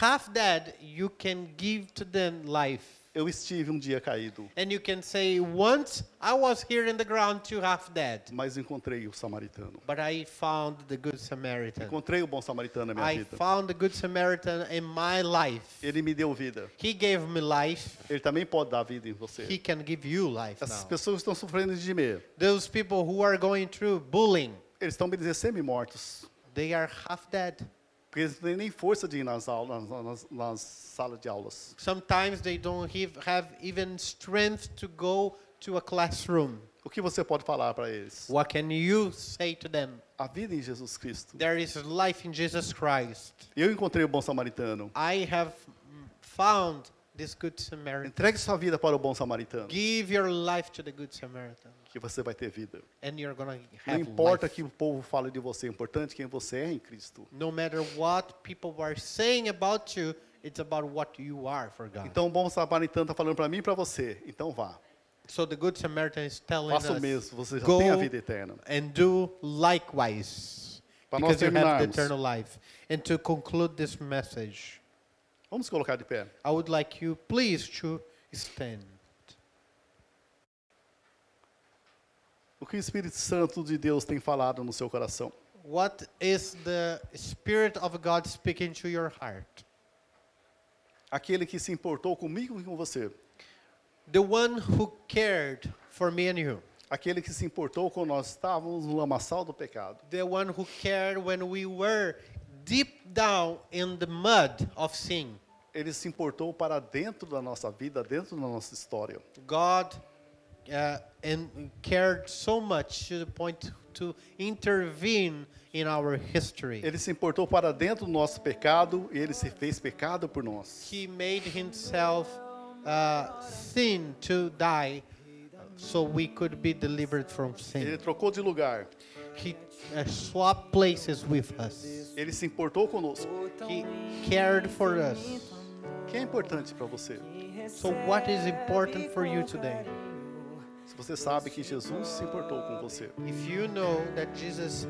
Speaker 1: half dead, you can give to them life.
Speaker 2: Eu estive um dia caído,
Speaker 1: And you can say, Once I was here in the ground to half dead,
Speaker 2: mas encontrei o samaritano.
Speaker 1: but I found the Good Samaritan.
Speaker 2: Encontrei o bom samaritano na minha
Speaker 1: I
Speaker 2: vida.
Speaker 1: found the Good Samaritan in my life.
Speaker 2: Ele me deu vida.
Speaker 1: He gave me life.
Speaker 2: Ele também pode dar vida em você.
Speaker 1: He can give you life
Speaker 2: Essas
Speaker 1: now.
Speaker 2: pessoas estão sofrendo de medo.
Speaker 1: Those people who are going through bullying,
Speaker 2: Eles estão, me dizer, semi-mortos.
Speaker 1: they are half dead.
Speaker 2: Porque eles não têm nem força de ir nas aulas, nas, nas, nas salas de aulas.
Speaker 1: Sometimes they don't have, have even strength to go to a classroom.
Speaker 2: O que você pode falar para eles?
Speaker 1: What can you say to them?
Speaker 2: A vida em Jesus Cristo.
Speaker 1: There is life in Jesus Christ.
Speaker 2: Eu encontrei o bom samaritano.
Speaker 1: I have mm, found this good Samaritan.
Speaker 2: Entregue sua vida para o bom samaritano.
Speaker 1: Give your life to the good Samaritan.
Speaker 2: Que que você vai ter vida.
Speaker 1: and you're going to
Speaker 2: Não
Speaker 1: have
Speaker 2: importa
Speaker 1: life.
Speaker 2: que o povo fale de você, é importante quem você é em Cristo.
Speaker 1: No matter what people are saying about you, it's about what you are for God.
Speaker 2: Então, o bom samaritano está falando para mim e para você. Então, vá.
Speaker 1: so the good Samaritan is telling
Speaker 2: Faça o
Speaker 1: us
Speaker 2: mesmo, você já
Speaker 1: go
Speaker 2: tem a vida eterna.
Speaker 1: and do likewise
Speaker 2: Para nós
Speaker 1: because you have the
Speaker 2: terminarmos.
Speaker 1: eternal life. And to conclude this message,
Speaker 2: Vamos colocar de pé.
Speaker 1: I would like you please to stand.
Speaker 2: O que o Espírito Santo de Deus tem falado no seu coração?
Speaker 1: What is the spirit of God speaking to your heart?
Speaker 2: Aquele que se importou comigo e com você.
Speaker 1: The one who cared for me and you.
Speaker 2: Aquele que se importou quando nós estávamos no lamaçal do pecado.
Speaker 1: the one who cared when we were deep down in the mud of sin.
Speaker 2: Ele se importou para dentro da nossa vida, dentro da nossa história.
Speaker 1: God uh, and cared so much to the point to intervene in our history.
Speaker 2: Ele se importou para dentro do nosso pecado e ele se fez pecado por nós.
Speaker 1: He made himself uh, sin to die so we could be delivered from
Speaker 2: Ele
Speaker 1: sin.
Speaker 2: trocou de lugar.
Speaker 1: He uh, swapped places with us.
Speaker 2: Ele se importou conosco.
Speaker 1: He cared for us.
Speaker 2: O que é importante para você?
Speaker 1: So what is important for you today?
Speaker 2: Se você sabe que Jesus se importou com você.
Speaker 1: If you know that Jesus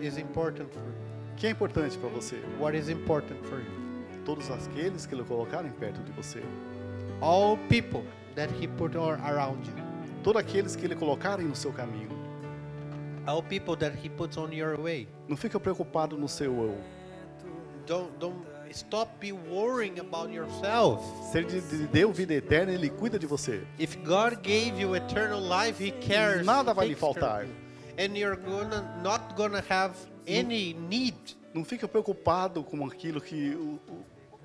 Speaker 1: is important for you,
Speaker 2: O que é importante para você?
Speaker 1: what is important for you?
Speaker 2: Todos aqueles que lhe colocarem perto de você.
Speaker 1: All people that He put all around you,
Speaker 2: Todos aqueles que lhe colocarem no seu caminho.
Speaker 1: all people that He puts on your way.
Speaker 2: Não fica preocupado no seu eu.
Speaker 1: Don't don't stop be worrying about yourself.
Speaker 2: Se ele te deu vida eterna, ele cuida de você.
Speaker 1: If God gave you eternal life, He cares.
Speaker 2: Nada vai
Speaker 1: He
Speaker 2: lhe
Speaker 1: takes care
Speaker 2: faltar.
Speaker 1: of you. And you're gonna not gonna have any need.
Speaker 2: Não fica preocupado com aquilo que o-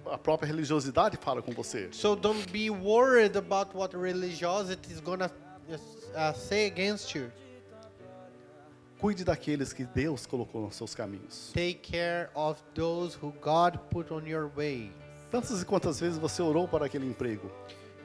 Speaker 2: o- a própria religiosidade fala com você.
Speaker 1: So don't be worried about what religiosity is gonna uh, say against you.
Speaker 2: Cuide daqueles que Deus colocou nos seus caminhos.
Speaker 1: Take care of those who God put on your way.
Speaker 2: Tantas e quantas vezes você orou para aquele emprego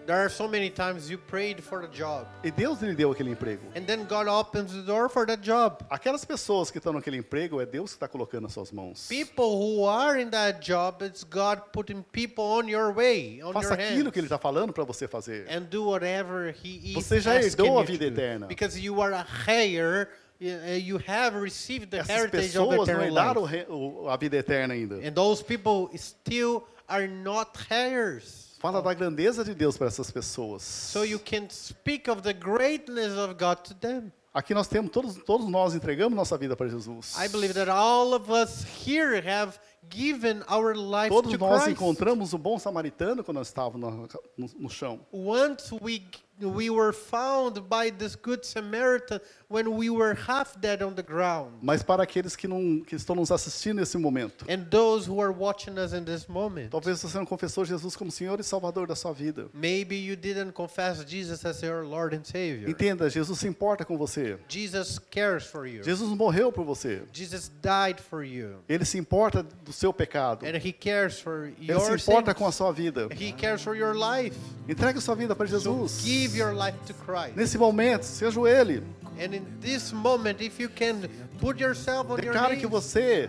Speaker 1: There are so many times you prayed for a job,
Speaker 2: e Deus lhe deu aquele emprego.
Speaker 1: and then God opens the door for that job.
Speaker 2: Aquelas pessoas que estão naquele emprego é Deus que está colocando nas suas mãos.
Speaker 1: People who are in that job, it's God putting people on your way, on your
Speaker 2: Faça aquilo
Speaker 1: hands,
Speaker 2: que Ele está falando para você fazer.
Speaker 1: and do whatever He is
Speaker 2: Você já
Speaker 1: asking
Speaker 2: herdou a
Speaker 1: you
Speaker 2: vida
Speaker 1: to do.
Speaker 2: eterna.
Speaker 1: because you are a heir. y- uh, You have received the
Speaker 2: Essas
Speaker 1: heritage of
Speaker 2: pessoas não
Speaker 1: eternal life,
Speaker 2: herdaram o re- o- a vida eterna ainda.
Speaker 1: and those people still are not heirs.
Speaker 2: Fala da grandeza de Deus para essas pessoas.
Speaker 1: So you can speak of the greatness of God to them.
Speaker 2: Aqui nós temos, todos, todos nós entregamos nossa vida para Jesus.
Speaker 1: I believe that all of us here have given our life
Speaker 2: Todos
Speaker 1: to
Speaker 2: nós
Speaker 1: Christ.
Speaker 2: encontramos o bom samaritano quando nós estávamos no, no- no chão.
Speaker 1: Once we we were found by this good Samaritan when we were half dead on the ground.
Speaker 2: Mas para aqueles que, não, que estão nos assistindo nesse momento,
Speaker 1: And those who are watching us in this moment,
Speaker 2: talvez você não confessou Jesus como Senhor e Salvador da sua vida.
Speaker 1: maybe you didn't confess Jesus as your Lord and Savior.
Speaker 2: Entenda, Jesus se importa com você.
Speaker 1: Jesus cares for you.
Speaker 2: Jesus morreu por você.
Speaker 1: Jesus died for you.
Speaker 2: Ele se importa do seu pecado.
Speaker 1: And he cares for
Speaker 2: Ele se
Speaker 1: your
Speaker 2: importa com a
Speaker 1: sins.
Speaker 2: sua vida.
Speaker 1: He cares for your life.
Speaker 2: Entregue sua vida para Jesus.
Speaker 1: Give your life to Christ.
Speaker 2: Nesse momento, se ajoelhe.
Speaker 1: And in this moment, if you can put yourself on your
Speaker 2: Declare que
Speaker 1: knees,
Speaker 2: você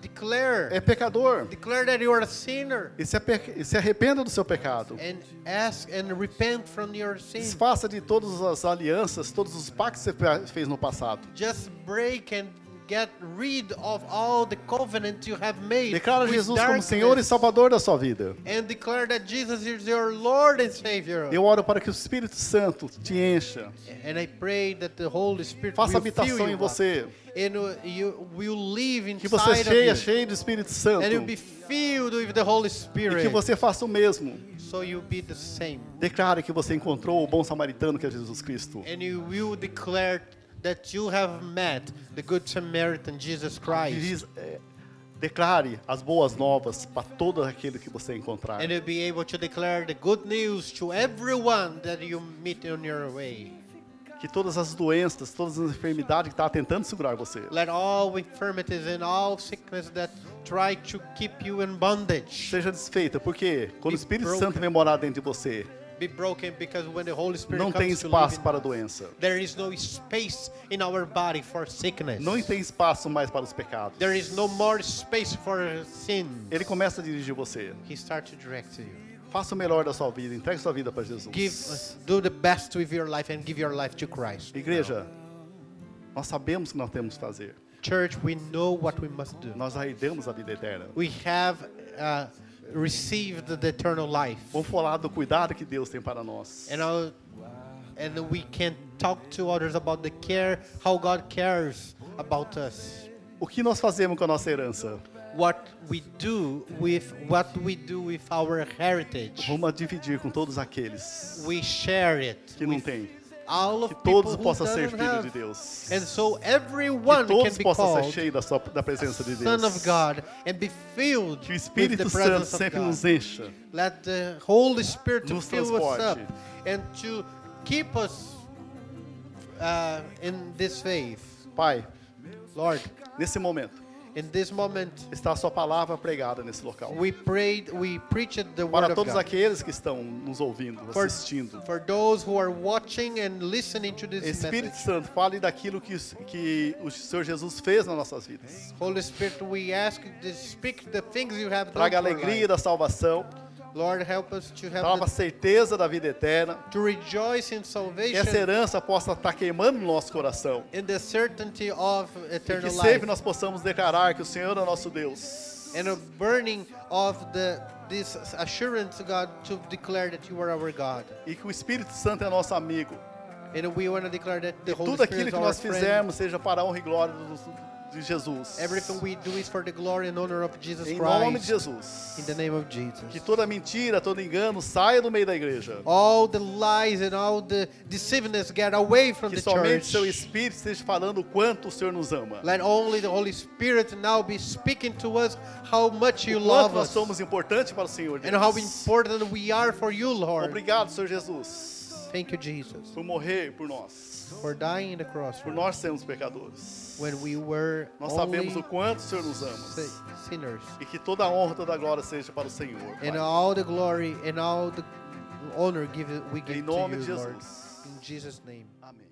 Speaker 1: declare,
Speaker 2: é pecador.
Speaker 1: declare that you are a sinner,
Speaker 2: E se, ape- e se arrependa do seu pecado.
Speaker 1: and ask and repent from your sin.
Speaker 2: Desfaça de todas as alianças, todos os pactos que você fe- fez no passado.
Speaker 1: Just break and get rid of all the covenant you have made.
Speaker 2: Declara
Speaker 1: with
Speaker 2: Jesus como
Speaker 1: darkness,
Speaker 2: Senhor e Salvador da sua vida.
Speaker 1: And declare that Jesus is your Lord and Savior.
Speaker 2: Eu oro para que o Espírito Santo te encha.
Speaker 1: And I pray that the Holy Spirit
Speaker 2: Faça
Speaker 1: will fill
Speaker 2: habitação
Speaker 1: you
Speaker 2: em
Speaker 1: up,
Speaker 2: você.
Speaker 1: and uh, you will live
Speaker 2: Que você
Speaker 1: inside
Speaker 2: cheia,
Speaker 1: of you.
Speaker 2: cheio do Espírito Santo.
Speaker 1: And you'll be
Speaker 2: E
Speaker 1: filled with the Holy Spirit.
Speaker 2: que você faça o mesmo.
Speaker 1: So you'll be the same.
Speaker 2: Declare que você encontrou o bom samaritano que é Jesus Cristo.
Speaker 1: and you will declare that you have met the good Samaritan Jesus Christ
Speaker 2: Diz, é, declare as boas novas para todo aquele que você encontrar.
Speaker 1: and you'll be able to declare the good news to everyone that you meet on your way.
Speaker 2: Que todas as doenças, todas as enfermidades que está tentando segurar você,
Speaker 1: Let all infirmities and all sickness that try to keep you in bondage
Speaker 2: seja desfeita, porque quando o
Speaker 1: Be
Speaker 2: Espírito
Speaker 1: broken.
Speaker 2: Santo vem morar dentro de você,
Speaker 1: be broken because when the Holy Spirit
Speaker 2: Não tem
Speaker 1: comes to live
Speaker 2: espaço
Speaker 1: in
Speaker 2: para a
Speaker 1: us,
Speaker 2: doença.
Speaker 1: There is no space in our body for sickness.
Speaker 2: Não tem espaço mais para os pecados.
Speaker 1: There is no more space for sin.
Speaker 2: Ele começa a dirigir você.
Speaker 1: He starts to direct you.
Speaker 2: Faça o melhor da sua vida, entregue sua vida para
Speaker 1: Give,
Speaker 2: Jesus.
Speaker 1: do the best with your life and give your life to Christ.
Speaker 2: Igreja, nós sabemos o que nós temos que fazer.
Speaker 1: Church, we know what we must do.
Speaker 2: Nós já herdamos a vida eterna.
Speaker 1: We have uh, received the eternal life,
Speaker 2: Vamos falar do cuidado que Deus tem para nós.
Speaker 1: and I'll, and we can talk to others about the care, how God cares about us.
Speaker 2: O que nós fazemos com a nossa herança?
Speaker 1: What we do with what we do with our heritage,
Speaker 2: Vamos a dividir com todos aqueles
Speaker 1: we share it.
Speaker 2: que não têm.
Speaker 1: all of
Speaker 2: Que
Speaker 1: people
Speaker 2: todos
Speaker 1: who
Speaker 2: possam ser
Speaker 1: doesn't have.
Speaker 2: filhos de Deus.
Speaker 1: And so
Speaker 2: Que
Speaker 1: everyone can
Speaker 2: todos
Speaker 1: be
Speaker 2: possam ser
Speaker 1: called
Speaker 2: cheios da, sua- da presença de Deus.
Speaker 1: son of God and be filled with the
Speaker 2: Que o Espírito Santo
Speaker 1: presence
Speaker 2: sempre
Speaker 1: of
Speaker 2: nos
Speaker 1: God.
Speaker 2: encha.
Speaker 1: Let the Holy Spirit to
Speaker 2: Nos
Speaker 1: fill us up
Speaker 2: transporte.
Speaker 1: and to keep us uh, in this faith.
Speaker 2: Pai,
Speaker 1: Lord,
Speaker 2: nesse momento,
Speaker 1: in this moment
Speaker 2: está a sua palavra pregada nesse local.
Speaker 1: we prayed, we preached the word
Speaker 2: Para
Speaker 1: of
Speaker 2: todos
Speaker 1: God.
Speaker 2: aqueles que estão nos ouvindo, assistindo.
Speaker 1: For those who are watching and listening to this
Speaker 2: Espírito
Speaker 1: message,
Speaker 2: Santo, fale daquilo que, os- que o Senhor Jesus fez nas nossas vidas.
Speaker 1: Holy Spirit, we ask you to speak the things you have done
Speaker 2: Traga a
Speaker 1: for life.
Speaker 2: alegria da salvação,
Speaker 1: Lord, help us to have
Speaker 2: traga
Speaker 1: the
Speaker 2: a certeza da vida eterna.
Speaker 1: to rejoice in
Speaker 2: Que essa
Speaker 1: salvation
Speaker 2: herança possa estar queimando no nosso coração.
Speaker 1: in the certainty of
Speaker 2: E que
Speaker 1: eternal life
Speaker 2: sempre nós possamos declarar que o Senhor é o nosso Deus.
Speaker 1: and a burning of the this assurance God to declare that you are our God
Speaker 2: E que o Espírito Santo é nosso amigo.
Speaker 1: and we want to declare that the Holy
Speaker 2: Tudo
Speaker 1: Spirit
Speaker 2: aquilo
Speaker 1: is
Speaker 2: que
Speaker 1: our
Speaker 2: nós
Speaker 1: friend
Speaker 2: fizermos seja para a honra e glória do- de Jesus.
Speaker 1: everything we do is for the glory and honor of Jesus
Speaker 2: Em nome de
Speaker 1: Christ
Speaker 2: Jesus.
Speaker 1: in the name of
Speaker 2: Que
Speaker 1: Jesus
Speaker 2: toda mentira, todo engano saia do meio da igreja.
Speaker 1: all the lies and all the deceivingness get away from
Speaker 2: Que
Speaker 1: the
Speaker 2: somente seu
Speaker 1: church
Speaker 2: Espírito esteja falando o quanto o Senhor nos ama.
Speaker 1: let only the Holy Spirit now be speaking to us how much you
Speaker 2: O quanto
Speaker 1: love
Speaker 2: nós
Speaker 1: us
Speaker 2: somos importantes para o Senhor
Speaker 1: and how
Speaker 2: Deus.
Speaker 1: important we are for you Lord
Speaker 2: Obrigado, Senhor Jesus,
Speaker 1: Thank you, Jesus,
Speaker 2: por morrer por nós.
Speaker 1: for dying on the cross
Speaker 2: Por nós sermos pecadores.
Speaker 1: when we were
Speaker 2: Nós
Speaker 1: only
Speaker 2: sabemos o quanto o Senhor nos ama.
Speaker 1: si- sinners.
Speaker 2: E que toda a honra, toda a glória seja para o Senhor. Pai.
Speaker 1: And all the glory and all the honor give, we give
Speaker 2: Em
Speaker 1: to
Speaker 2: nome
Speaker 1: you,
Speaker 2: de
Speaker 1: Lord.
Speaker 2: Jesus.
Speaker 1: In Jesus' name.
Speaker 2: Amém.